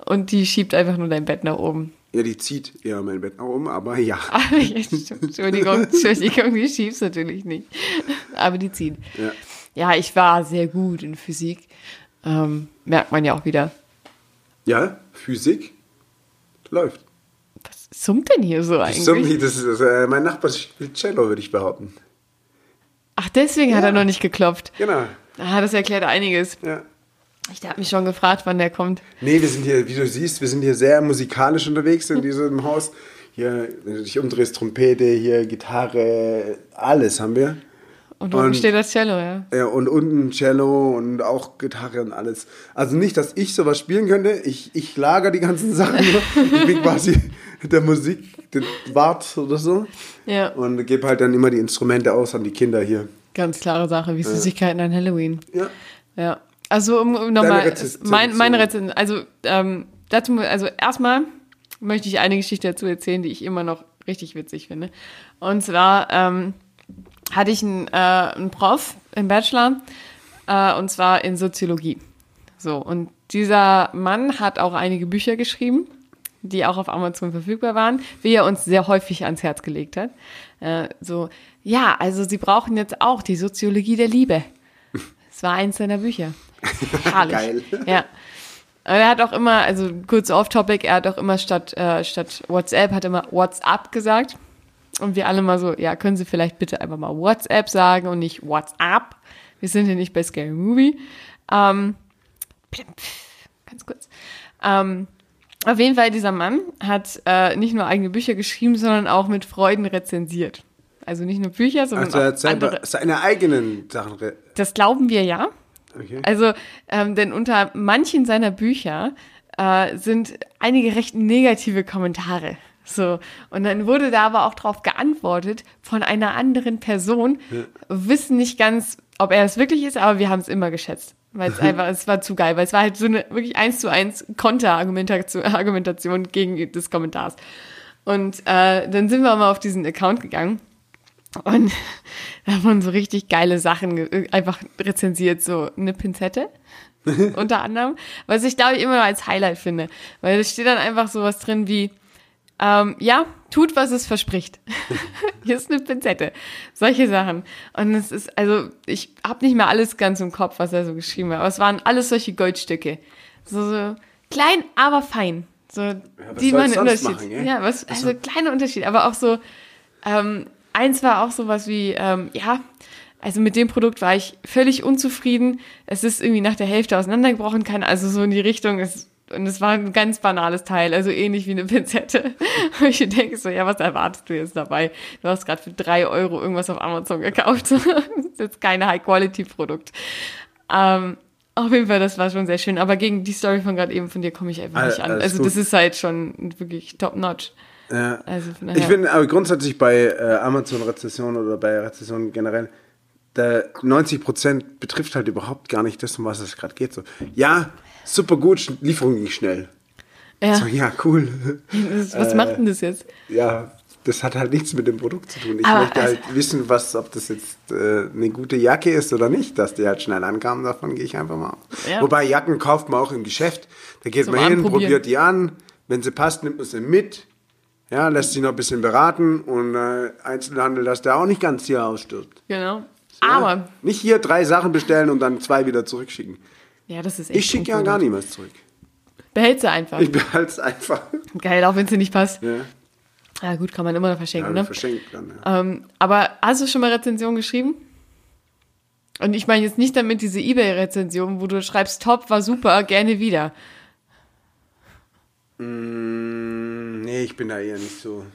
Und die schiebt einfach nur dein Bett nach oben. Ja, die zieht eher mein Bett auch um, aber ja. Entschuldigung, Entschuldigung, die schiebst natürlich nicht. Aber die zieht. Ja. Ja, ich war sehr gut in Physik. Ähm, merkt man ja auch wieder. Ja, Physik läuft. Das summt denn hier so Ich summe eigentlich? nicht, das ist, äh, mein Nachbar spielt Cello, würde ich behaupten. Ach, deswegen hat Ja. er noch nicht geklopft. Genau. Ah, das erklärt einiges. Ja. Ich habe mich schon gefragt, wann der kommt. Nee, wir sind hier, wie du siehst, wir sind hier sehr musikalisch unterwegs in diesem Haus. Hier, wenn du dich umdrehst, Trompete, hier Gitarre, alles haben wir. Und oben Und- steht das Cello, ja. Ja, und unten Cello und auch Gitarre und alles. Also nicht, dass ich sowas spielen könnte. Ich, ich lager die ganzen Sachen nur. Ich bin quasi der Musik, der Wart oder so. Ja. Und gebe halt dann immer die Instrumente aus an die Kinder hier. Ganz klare Sache, wie Süßigkeiten an Halloween. Ja. Ja. Also um, um nochmal, Rezeption. mein, meine Rezension, also ähm, dazu, mu- also erstmal möchte ich eine Geschichte dazu erzählen, die ich immer noch richtig witzig finde. Und zwar ähm, hatte ich einen, äh, einen Prof im Bachelor, äh, und zwar in Soziologie. So, und dieser Mann hat auch einige Bücher geschrieben, die auch auf Amazon verfügbar waren, wie er uns sehr häufig ans Herz gelegt hat. Äh, so, ja, also sie brauchen jetzt auch die Soziologie der Liebe. Es war eins seiner Bücher. Herrlich. Geil. Ja. Aber er hat auch immer, also kurz off-topic, er hat auch immer statt, äh, statt WhatsApp, hat immer WhatsApp gesagt. Und wir alle mal so, ja, können Sie vielleicht bitte einfach mal WhatsApp sagen und nicht WhatsApp. Wir sind hier nicht bei Scary Movie. Ähm, ganz kurz. Ähm, auf jeden Fall, dieser Mann hat äh, nicht nur eigene Bücher geschrieben, sondern auch mit Freuden rezensiert. Also nicht nur Bücher, sondern Also er hat auch andere. selber seine eigenen Sachen. re- Das glauben wir ja. Okay. Also, ähm, denn unter manchen seiner Bücher äh, sind einige recht negative Kommentare. So, und dann wurde da aber auch drauf geantwortet von einer anderen Person. Wissen nicht ganz, ob er es wirklich ist, aber wir haben es immer geschätzt. Weil es einfach, es war zu geil, weil es war halt so eine wirklich eins zu eins Konterargumentation Argumentation gegen des Kommentars. Und äh, dann sind wir mal auf diesen Account gegangen und da wurden so richtig geile Sachen ge- einfach rezensiert, so eine Pinzette unter anderem, was ich glaube ich immer noch als Highlight finde, weil es steht dann einfach sowas drin wie, ähm, ja, tut, was es verspricht. Hier ist eine Pinzette. Solche Sachen. Und es ist, also ich habe nicht mehr alles ganz im Kopf, was er so geschrieben hat, aber es waren alles solche Goldstücke. So, so klein, aber fein. So, was die soll's man sonst Unterschied. machen, gell? ja, was, also kleiner Unterschied, aber auch so, ähm, eins war auch sowas wie, ähm, ja, also mit dem Produkt war ich völlig unzufrieden. Es ist irgendwie nach der Hälfte auseinandergebrochen, kann also so in die Richtung. Es, und es war ein ganz banales Teil, also ähnlich wie eine Pinzette. Und ich denke so, ja, was erwartest du jetzt dabei? Du hast gerade für drei Euro irgendwas auf Amazon gekauft. das ist jetzt kein High-Quality-Produkt. Ähm, auf jeden Fall, das war schon sehr schön. Aber gegen die Story von gerade eben von dir komme ich einfach All- nicht an. alles Also gut. das ist halt schon wirklich top-notch. Ja. Also von ich daher- bin aber grundsätzlich bei äh, Amazon-Rezession oder bei Rezessionen generell, da 90% betrifft halt überhaupt gar nicht das, um was es gerade geht. So, ja, super gut, Sch- Lieferung ging schnell. Ja, So, ja, cool. das- was Äh. macht denn das jetzt? ja, das hat halt nichts mit dem Produkt zu tun. Ich Aber möchte also- halt wissen, was, ob das jetzt äh, eine gute Jacke ist oder nicht, dass die halt schnell ankam, davon gehe ich einfach mal aus. Ja. Wobei Jacken kauft man auch im Geschäft. Da geht Zum man hin, Anprobieren. probiert die an, wenn sie passt, nimmt man sie mit. Ja, lässt sich noch ein bisschen beraten und äh, Einzelhandel, dass der auch nicht ganz hier ausstirbt. Genau. Ja? Aber, Nicht hier drei Sachen bestellen und dann zwei wieder zurückschicken. ja, das ist echt. Ich schicke ja uncool. gar nicht was zurück. Behält sie einfach. Ich behalte es einfach. Geil, auch wenn sie nicht passt. Ja, Ja, gut, kann man immer noch ja verschenken, ne? ne? verschenkt dann. Ja. Ähm, aber hast du schon mal Rezension geschrieben? Und ich meine jetzt nicht damit diese Ebay-Rezension, wo du schreibst, top, war super, gerne wieder. Mm, Nee, ich bin da eher nicht so.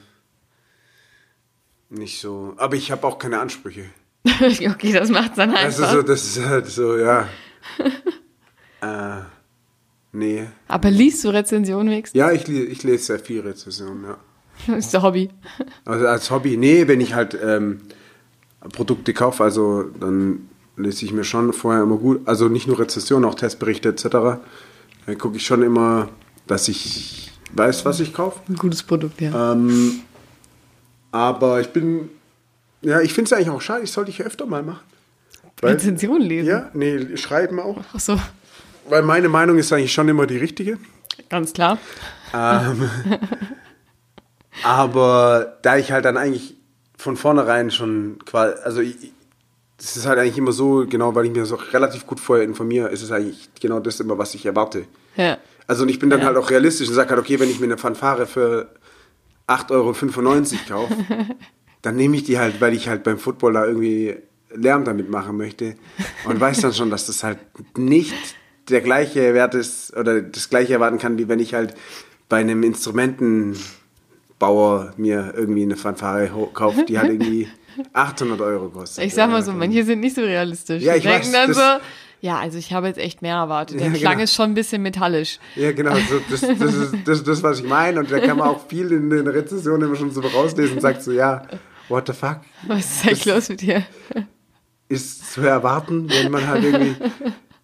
Nicht so. Aber ich habe auch keine Ansprüche. okay, das macht's dann einfach. Also so, das ist halt so, ja. äh, nee. aber liest du Rezensionen wenigstens? Ja, ich, li- ich lese sehr viel Rezession, ja. Das ist ein Hobby. Also als Hobby, nee, wenn ich halt ähm, Produkte kaufe, also dann lese ich mir schon vorher immer gut, also nicht nur Rezession, auch Testberichte etc. Dann gucke ich schon immer, dass ich weiß, was ich kaufe. Ein gutes Produkt, ja. Ähm, aber ich bin. Ja, ich finde es eigentlich auch schade, ich sollte ich öfter mal machen. Weil- Rezensionen lesen. Ja, nee, schreiben auch. Ach so, Weil meine Meinung ist eigentlich schon immer die richtige. ganz klar. Aber da ich halt dann eigentlich von vornherein schon quasi, also ich- es ist halt eigentlich immer so, genau, weil ich mir so relativ gut vorher informiere, ist es eigentlich genau das immer, was ich erwarte. Ja. Also und ich bin dann Ja. halt auch realistisch und sage halt, okay, wenn ich mir eine Fanfare für 8,95 Euro kaufe, dann nehme ich die halt, weil ich halt beim Football da irgendwie Lärm damit machen möchte und weiß dann schon, dass das halt nicht der gleiche Wert ist oder das gleiche erwarten kann, wie wenn ich halt bei einem Instrumentenbauer mir irgendwie eine Fanfare ho- kaufe, die halt irgendwie 800 Euro kostet. Ich sag mal Ja, so, dann- manche sind nicht so realistisch. Ja, Die ich weiß, denken dann das- so, ja, also ich habe jetzt echt mehr erwartet. Der Ja, Klang genau. ist schon ein bisschen metallisch. Ja, genau, so, das, das ist das, das, was ich meine. Und da kann man auch viel in den Rezensionen immer schon so rauslesen und sagt so, ja, what the fuck, Was ist eigentlich los mit dir? ist zu erwarten, wenn man halt irgendwie,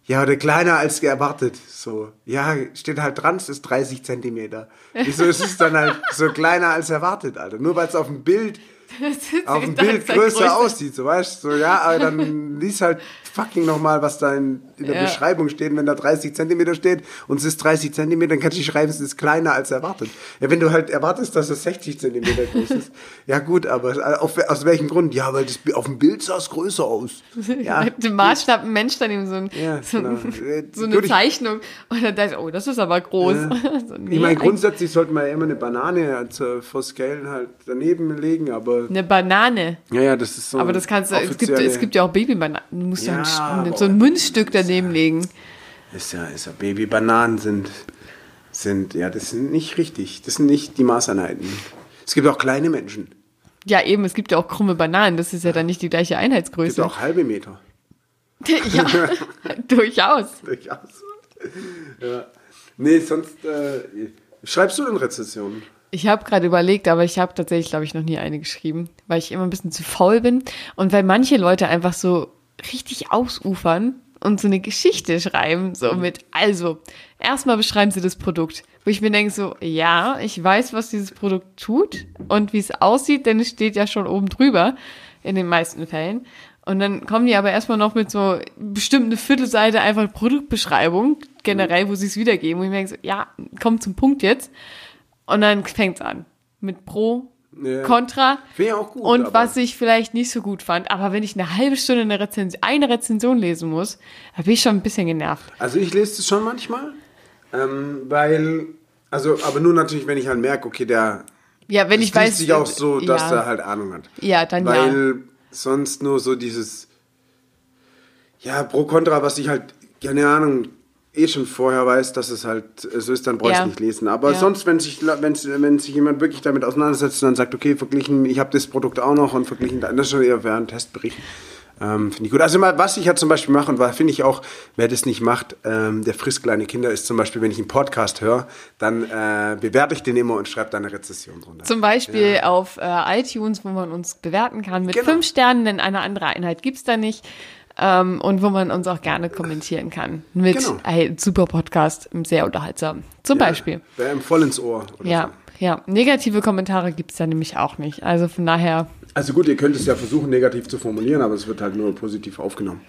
ja, oder kleiner als erwartet. So, ja, steht halt dran, es ist 30 Zentimeter. Wieso ist es dann halt so kleiner als erwartet, Alter? Nur weil es auf dem Bild, Das ist auf dem echt Bild alles größer größer. aussieht, so weißt du, so, ja, aber dann lies halt fucking nochmal, was da in, in der Ja. Beschreibung steht. Und Wenn da 30 Zentimeter steht und es ist 30 Zentimeter, dann kannst du nicht schreiben, es ist kleiner als erwartet. Ja, wenn du halt erwartest, dass es 60 Zentimeter groß ist, ja gut, aber äh, auf, aus welchem Grund? Ja, weil das Bi- auf dem Bild sah es größer aus. Ja, Im Maßstab ein Mensch dann eben so, ein, Ja, so, ein- genau. Äh, so eine gut, ich- Zeichnung. Und dann dachte ich, oh, das ist aber groß. so, nee, ich meine, eigentlich grundsätzlich sollte man ja immer eine Banane als, äh, vor Scalen halt daneben legen, aber eine Banane. ja, ja, das ist so. Aber das kannst du, es gibt, offizielle- es gibt ja auch Babybananen. Du musst ja, Ja, ein, aber- so ein Münzstück daneben legen. Ist ja, ist ja, Babybananen sind, sind, ja, das sind nicht richtig. Das sind nicht die Maßeinheiten. Es gibt auch kleine Menschen. Ja, eben, es gibt ja auch krumme Bananen. Das ist ja dann nicht die gleiche Es gibt Einheitsgröße. auch halbe Meter. ja, durchaus. Durchaus. Ja. Nee, sonst, äh, schreibst du denn Rezessionen? Ich habe gerade überlegt, aber ich habe tatsächlich, glaube ich, noch nie eine geschrieben, weil ich immer ein bisschen zu faul bin und weil manche Leute einfach so richtig ausufern und so eine Geschichte schreiben, so mit, also, erstmal beschreiben sie das Produkt, wo ich mir denke so, ja, ich weiß, was dieses Produkt tut und wie es aussieht, denn es steht ja schon oben drüber in den meisten Fällen. Und dann kommen die aber erstmal noch mit so bestimmt eine Viertelseite einfach Produktbeschreibung, generell, wo sie es wiedergeben. Und ich mir denke so, ja, komm zum Punkt jetzt. Und dann fängt's an. Mit Pro, Ja. Contra Finde ich auch gut. und aber- was ich vielleicht nicht so gut fand. Aber wenn ich eine halbe Stunde eine Rezension, eine Rezension lesen muss, da bin ich schon ein bisschen genervt. Also ich lese es schon manchmal, ähm, weil, also, aber nur natürlich, wenn ich halt merke, okay, der Ja, wenn es ich weiß. liest sich auch so, dass ja, er halt Ahnung hat. Ja, dann weil ja. sonst nur so dieses ja pro kontra, was ich halt keine Ahnung eh schon vorher weiß, dass es halt äh, so ist, dann brauche ich Ja. es nicht lesen. Aber Ja. sonst, wenn sich la- wenn's, wenn sich jemand wirklich damit auseinandersetzt und dann sagt, okay, verglichen, ich habe das Produkt auch noch und verglichen, dann das ist schon eher wäre ein Testbericht. Ähm, finde ich gut. Also mal, was ich halt zum Beispiel mache und was finde ich auch, wer das nicht macht, ähm, der frisst kleine Kinder, ist zum Beispiel, wenn ich einen Podcast höre, dann äh, bewerte ich den immer und schreibe da eine Rezession drunter. Zum Beispiel auf äh, iTunes, wo man uns bewerten kann mit Genau. fünf Sternen, denn eine andere Einheit gibt's da nicht. Ähm, und wo man uns auch gerne kommentieren kann. Mit Genau. ein super Podcast, sehr unterhaltsam. Zum Beispiel. Ja, wäre ihm voll ins Ohr. Oder Ja, ja. Negative Kommentare gibt's da nämlich auch nicht. Also von daher, Also gut, ihr könnt es ja versuchen, negativ zu formulieren, aber es wird halt nur positiv aufgenommen.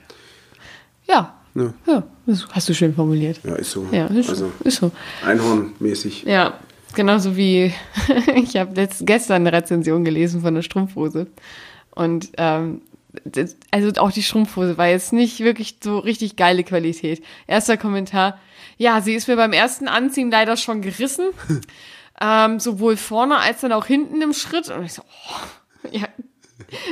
ja. Ja. Ja, das hast du schön formuliert. Ja, ist so. Ja, ist, also ist so. Einhornmäßig. Ja, genauso wie ich habe letzt gestern eine Rezension gelesen von der Strumpfhose. Und ähm, das, also auch die Strumpfhose war jetzt nicht wirklich so richtig geile Qualität. Erster Kommentar. Ja, sie ist mir beim ersten Anziehen leider schon gerissen. ähm, sowohl vorne als dann auch hinten im Schritt. Und ich so, oh, ja.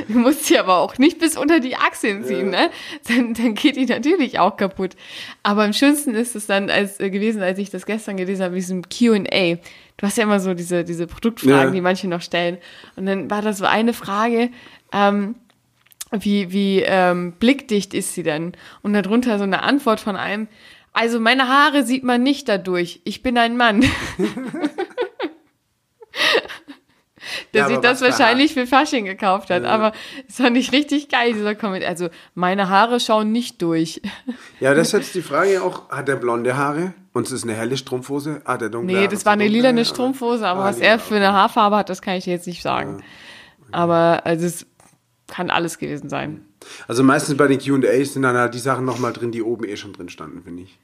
Du musst sie aber auch nicht bis unter die Achseln ziehen, ne? Dann, dann geht die natürlich auch kaputt. Aber am schönsten ist es dann als, äh, gewesen, als ich das gestern gelesen habe, mit diesem Q&A. Du hast ja immer so diese, diese Produktfragen, Ja. die manche noch stellen. Und dann war da so eine Frage, ähm, wie, wie ähm, blickdicht ist sie denn? Und darunter so eine Antwort von einem, also meine Haare sieht man nicht dadurch, ich bin ein Mann. Der Ja, aber sich das was für Also wahrscheinlich für Fasching gekauft hat, aber es fand ich richtig geil, dieser Comment. Also, meine Haare schauen nicht durch. Ja, das ist jetzt die Frage auch, hat er blonde Haare und es ist eine helle Strumpfhose? Hat er dunkle Nee, Haare? das war eine dunkle lilane Haare? Strumpfhose, aber Ah, was lila, er für eine Haarfarbe hat, das kann ich dir jetzt nicht sagen. Aber also, es kann alles gewesen sein. Also meistens bei den Q&As sind dann halt die Sachen nochmal drin, die oben eh schon drin standen, finde ich.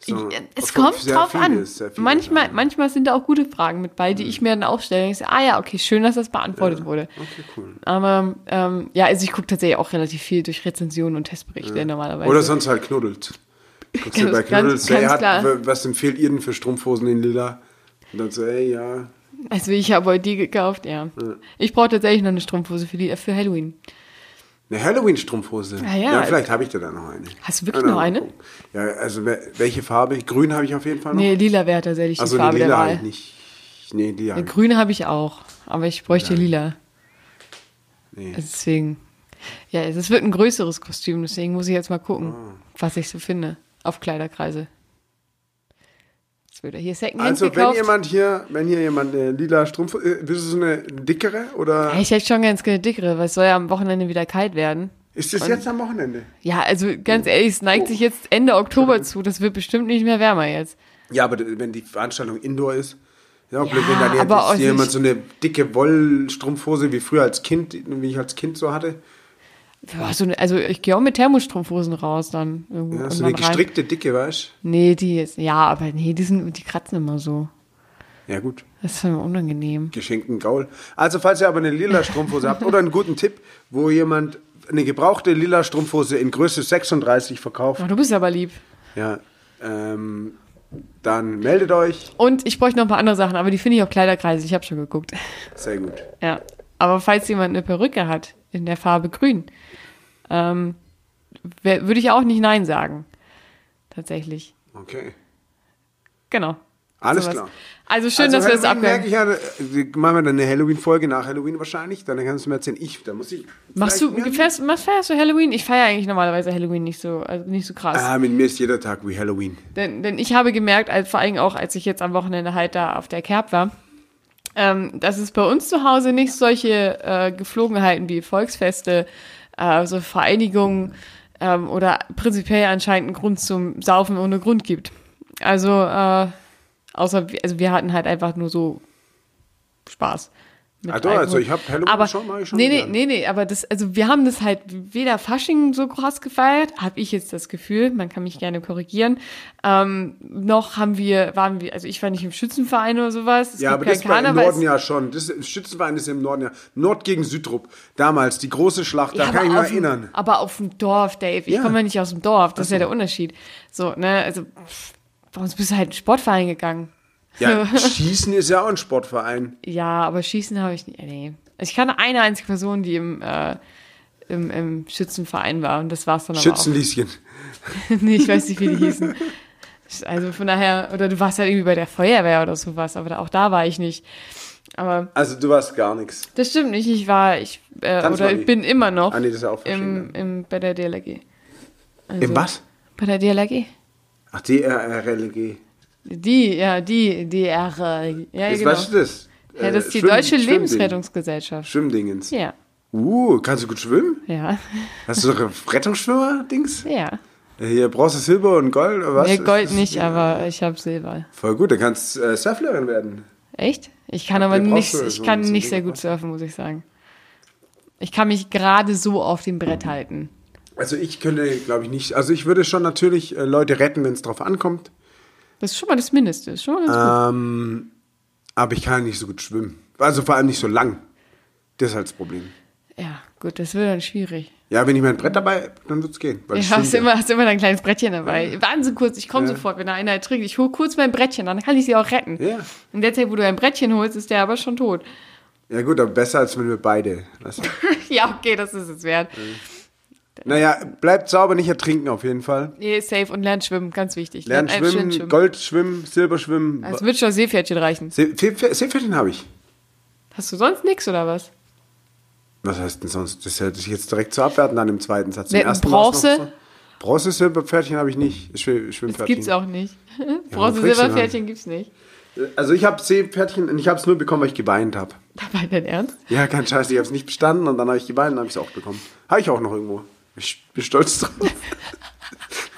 So, Ich- äh, es obwohl kommt sehr drauf an. vieles, sehr vieles, Manchmal, ja. Mhm. manchmal sind da auch gute Fragen mit bei, die ich mir dann auch stelle. Ich sage, ah ja, okay, schön, dass das beantwortet wurde. Okay, cool. Aber ähm, ja, also ich gucke tatsächlich auch relativ viel durch Rezensionen und Testberichte normalerweise. Oder sonst halt knuddelt. Guckst du Ganz- bei ganz- Knuddels, ey, ganz hat, klar. was empfiehlt ihr denn für Strumpfhosen in lila? Und dann so, ey, ja, Also ich habe heute die gekauft, ja. Ich brauche tatsächlich noch eine Strumpfhose für, die, äh, für Halloween. Eine Halloween-Strumpfhose. Ah ja. vielleicht habe ich da dann noch eine. Hast du wirklich Keine noch eine? Ahnung. Ja, also wel- welche Farbe? Grün habe ich auf jeden Fall noch. Nee, lila wäre tatsächlich die Oh. also Farbe nee, lila der habe Wahl. ich nicht. Nee, halt. lila. Eine grüne habe ich auch, aber ich bräuchte Ja. lila. Nee. Also Deswegen. Ja, es es wird ein größeres Kostüm, deswegen muss ich jetzt mal gucken, Ah. was ich so finde auf Kleiderkreise. Jetzt wird er hier Secondhand Also wenn gekauft. jemand hier, wenn hier jemand eine lila Strumpfhose, äh, bist du so eine dickere oder Ja, ich hätte schon ganz gerne dickere, weil es soll ja am Wochenende wieder kalt werden. ist das jetzt am Wochenende? Ja, also Oh. ganz ehrlich, es neigt sich jetzt Ende Oktober zu. Das wird bestimmt nicht mehr wärmer jetzt. Ja, aber d- wenn die Veranstaltung Indoor ist, ja, auch blöd, Ja, wenn dann jetzt aber also ist hier auch jemand nicht- so eine dicke Wollstrumpfhose wie früher als Kind, wie ich als Kind so hatte, Ja, so eine, also ich gehe auch mit Thermostrumpfhosen raus dann. Irgendwo, ja, so irgendwann eine rein. gestrickte dicke, weißt? Nee, die jetzt, ja, aber nee, die, sind, die kratzen immer so. du? Ja gut. Das ist immer unangenehm. geschenkten Gaul. Also, falls ihr aber eine lila Strumpfhose habt oder einen guten Tipp, wo jemand eine gebrauchte lila Strumpfhose in Größe 36 verkauft, Ach, du bist aber lieb. ja, ähm, dann meldet euch. Und ich bräuchte noch ein paar andere Sachen, aber die finde ich auf Kleiderkreise. Ich habe schon geguckt. Sehr gut. Ja. Aber falls jemand eine Perücke hat in der Farbe grün, ähm, wär- würde ich auch nicht Nein sagen. Tatsächlich. Okay. Genau. Alles Sowas. klar. Also schön, dass wir das Halloween merke abgehört ich ja, äh, machen wir dann eine Halloween-Folge nach Halloween wahrscheinlich. Dann kannst du mir erzählen, ich, da muss ich. Machst du, vielleicht- fährst, machst, feierst du Halloween? Ich feiere eigentlich normalerweise Halloween nicht so, also nicht so krass. Ah, mit mir ist jeder Tag wie Halloween. Denn, denn ich habe gemerkt, als, vor allem auch, als ich jetzt am Wochenende halt da auf der Kerb war, ähm, dass es bei uns zu Hause nicht solche äh, Geflogenheiten wie Volksfeste, äh, so Vereinigungen ähm, oder prinzipiell anscheinend einen Grund zum Saufen ohne Grund gibt. Also, äh, außer, wir- also wir hatten halt einfach nur so Spaß. mit Ah, doch, Alkohol. also ich habe Halloween aber, schon, mach ich schon Nee, nee, gern. nee, nee, aber das, also wir haben das halt weder Fasching so krass gefeiert, habe ich jetzt das Gefühl, man kann mich gerne korrigieren, ähm, noch haben wir, waren wir, also ich war nicht im Schützenverein oder sowas. Es Ja, gibt aber keinen das war im Karneval, es- Norden ja schon. Das Schützenverein ist im Norden ja. Nord gegen Südrup. Damals, die große Schlacht, da Ja, kann aber ich mich auf dem- erinnern. Aber auf dem Dorf, Dave. Ich Ja. komme ja nicht aus dem Dorf. Das ist ja der Unterschied. So, ne, also pff, bei uns bist du halt in den Sportverein gegangen. Ja, Schießen ist ja auch ein Sportverein. Ja, aber Schießen habe ich nicht. Nee. Also ich kannte eine einzige Person, die im, äh, im, im Schützenverein war. Und das war es dann Schützenlieschen. aber auch. nee, ich weiß nicht, wie die hießen. Also von daher, oder du warst halt irgendwie bei der Feuerwehr oder sowas, aber da, auch da war ich nicht. Aber Also du warst gar nichts. das stimmt nicht. Ich war, ich, äh, Tanzmami. oder ich bin immer noch Ah, nee, das ist ja auch verschieden. im, im, bei der DLRG. Also- Im was? Bei der DLRG? Ach, DRLG. Die, ja, die, die R. Ja, Jetzt genau. weißt du das. ja, das Äh, ist die Schwimm- Deutsche Schwimmding. Lebensrettungsgesellschaft. Schwimmdingens. Ja, Uh, kannst du gut schwimmen? ja, Hast du doch Rettungsschwimmer-Dings? Äh, ja. Hier brauchst du Silber und Gold oder was? Nee, Gold Ist- nicht, aber ich habe Silber. Voll gut, dann kannst du äh, Surflerin werden. Echt? Ich kann Ja, aber den nicht, brauchst du ich so kann zum nicht Ding sehr gut brauchst surfen, muss ich sagen. Ich kann mich gerade so auf dem Brett halten. Also ich könnte, glaube ich, nicht. Also ich würde schon natürlich äh, Leute retten, wenn es drauf ankommt. Das ist schon mal das Mindeste. Ist schon mal ganz gut. Ähm, aber ich kann nicht so gut schwimmen. Also vor allem nicht so lang. Das ist halt das Problem. Ja, gut, das wird dann schwierig. Ja, wenn ich mein Brett dabei hab, dann wird's gehen. Weil Ja, ich schwimm hast, ja. immer, hast immer dein kleines Brettchen dabei. Wahnsinn kurz, ich komme Ja. sofort, wenn da einer ertrinkt. Ich hole kurz mein Brettchen, dann kann ich sie auch retten. Ja. In der Zeit, wo du ein Brettchen holst, ist der aber schon tot. ja gut, aber besser als wenn wir beide. Weißt du? ja, okay, das ist es wert. naja, bleibt sauber, nicht ertrinken auf jeden Fall. Nee, safe und lernt schwimmen, ganz wichtig. Lernt einfach schwimmen, Gold schwimmen, Silber schwimmen. Das wird schon Seepferdchen reichen. See- Fe- Fe- Seepferdchen habe ich. Hast du sonst nichts oder was? Was heißt denn sonst? Das hätte ich jetzt direkt zu abwerten an dem zweiten Satz. Im Wer- ersten war's Bronze? noch So. Bronze, Silberpferdchen habe ich nicht. Schw Das Schwimmpferdchen. gibt's auch nicht. warum Bronze, kriegst du Silberpferdchen gibt's nicht. Also ich habe Seepferdchen und ich habe es nur bekommen, weil ich geweint habe. Dabei dein Ernst? Ja, kein Scheiß, ich habe es nicht bestanden und dann habe ich geweint und habe ich es auch bekommen. Habe ich auch noch irgendwo. Ich bin stolz drauf.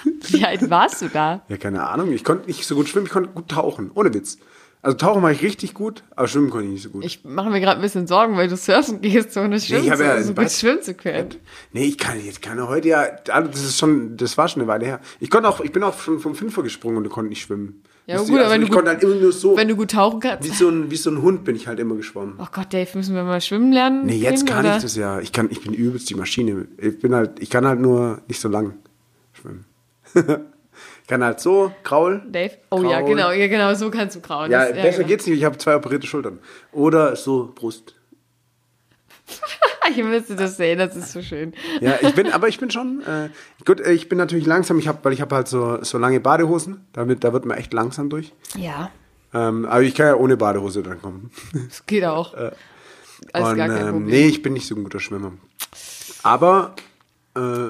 Wie alt warst du da? Ja, keine Ahnung. Ich konnte nicht so gut schwimmen, ich konnte gut tauchen. Ohne Witz. Also tauchen war ich richtig gut, aber schwimmen konnte ich nicht so gut. Ich mache mir gerade ein bisschen Sorgen, weil du surfen gehst, ohne schwimmen ich hab zu, ja so ein gut Brett. schwimmen zu können. nee, ich kann jetzt kann ja heute ja. Also das ist schon, das war schon eine Weile her. Ich konnte auch, ich bin auch schon vom Fünfer gesprungen und konnte nicht schwimmen. Ja, Wisst gut, ihr? aber wenn ich du konnte gut- halt immer nur so. Wenn du gut tauchen kannst. wie so, ein, wie so ein Hund bin ich halt immer geschwommen. Oh Gott, Dave, müssen wir mal schwimmen lernen? Nee, jetzt gehen, kann oder? ich das ja. Ich kann, ich bin übelst die Maschine. Ich bin halt, ich kann halt nur nicht so lang schwimmen. Kann halt so, Kraul. Dave? Oh ja, Kraul. genau, ja, genau, so kannst du kraulen. Ja, Das- besser genau. geht's nicht. Ich habe zwei operierte Schultern. Oder so Brust. Ah, Ich müsste das sehen, das ist so schön. Ja, ich bin, aber ich bin schon äh, gut. äh, Ich bin natürlich langsam. Ich habe, weil ich habe halt so so lange Badehosen. Damit, da wird man echt langsam durch. Ja, Ähm, aber ich kann ja ohne Badehose dann kommen. das geht auch. Alles Äh, Und, gar kein ähm, Problem. Nee, ich bin nicht so ein guter Schwimmer. Aber äh,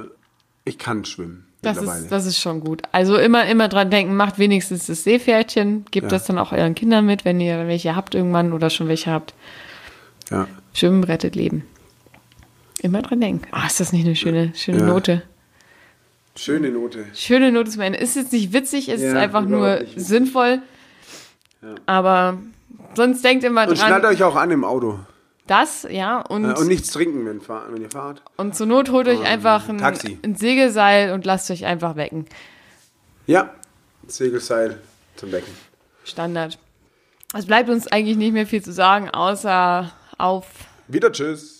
ich kann schwimmen Das mittlerweile. ist, das ist schon gut. Also immer, immer dran denken, macht wenigstens das Seepferdchen, gebt Ja. das dann auch euren Kindern mit, wenn ihr welche habt irgendwann oder schon welche habt. ja. Schwimmen rettet Leben. Immer dran denken. Ah, ist das nicht eine schöne, schöne Ja. Note? Schöne Note. Schöne Note zum Ende. Ist jetzt nicht witzig, es ist Ja, einfach nur überhaupt nicht witzig. sinnvoll. Aber sonst denkt immer Und schnallt dran, euch auch an im Auto. das, ja, und, Äh, und und, nichts trinken, wenn, fahr- wenn ihr fahrt. zur Not holt euch einfach ein, Taxi. ein Segelseil und lasst euch einfach wecken. Ja, Segelseil zum Becken. Standard. Es bleibt uns eigentlich nicht mehr viel zu sagen, außer auf Wieder tschüss.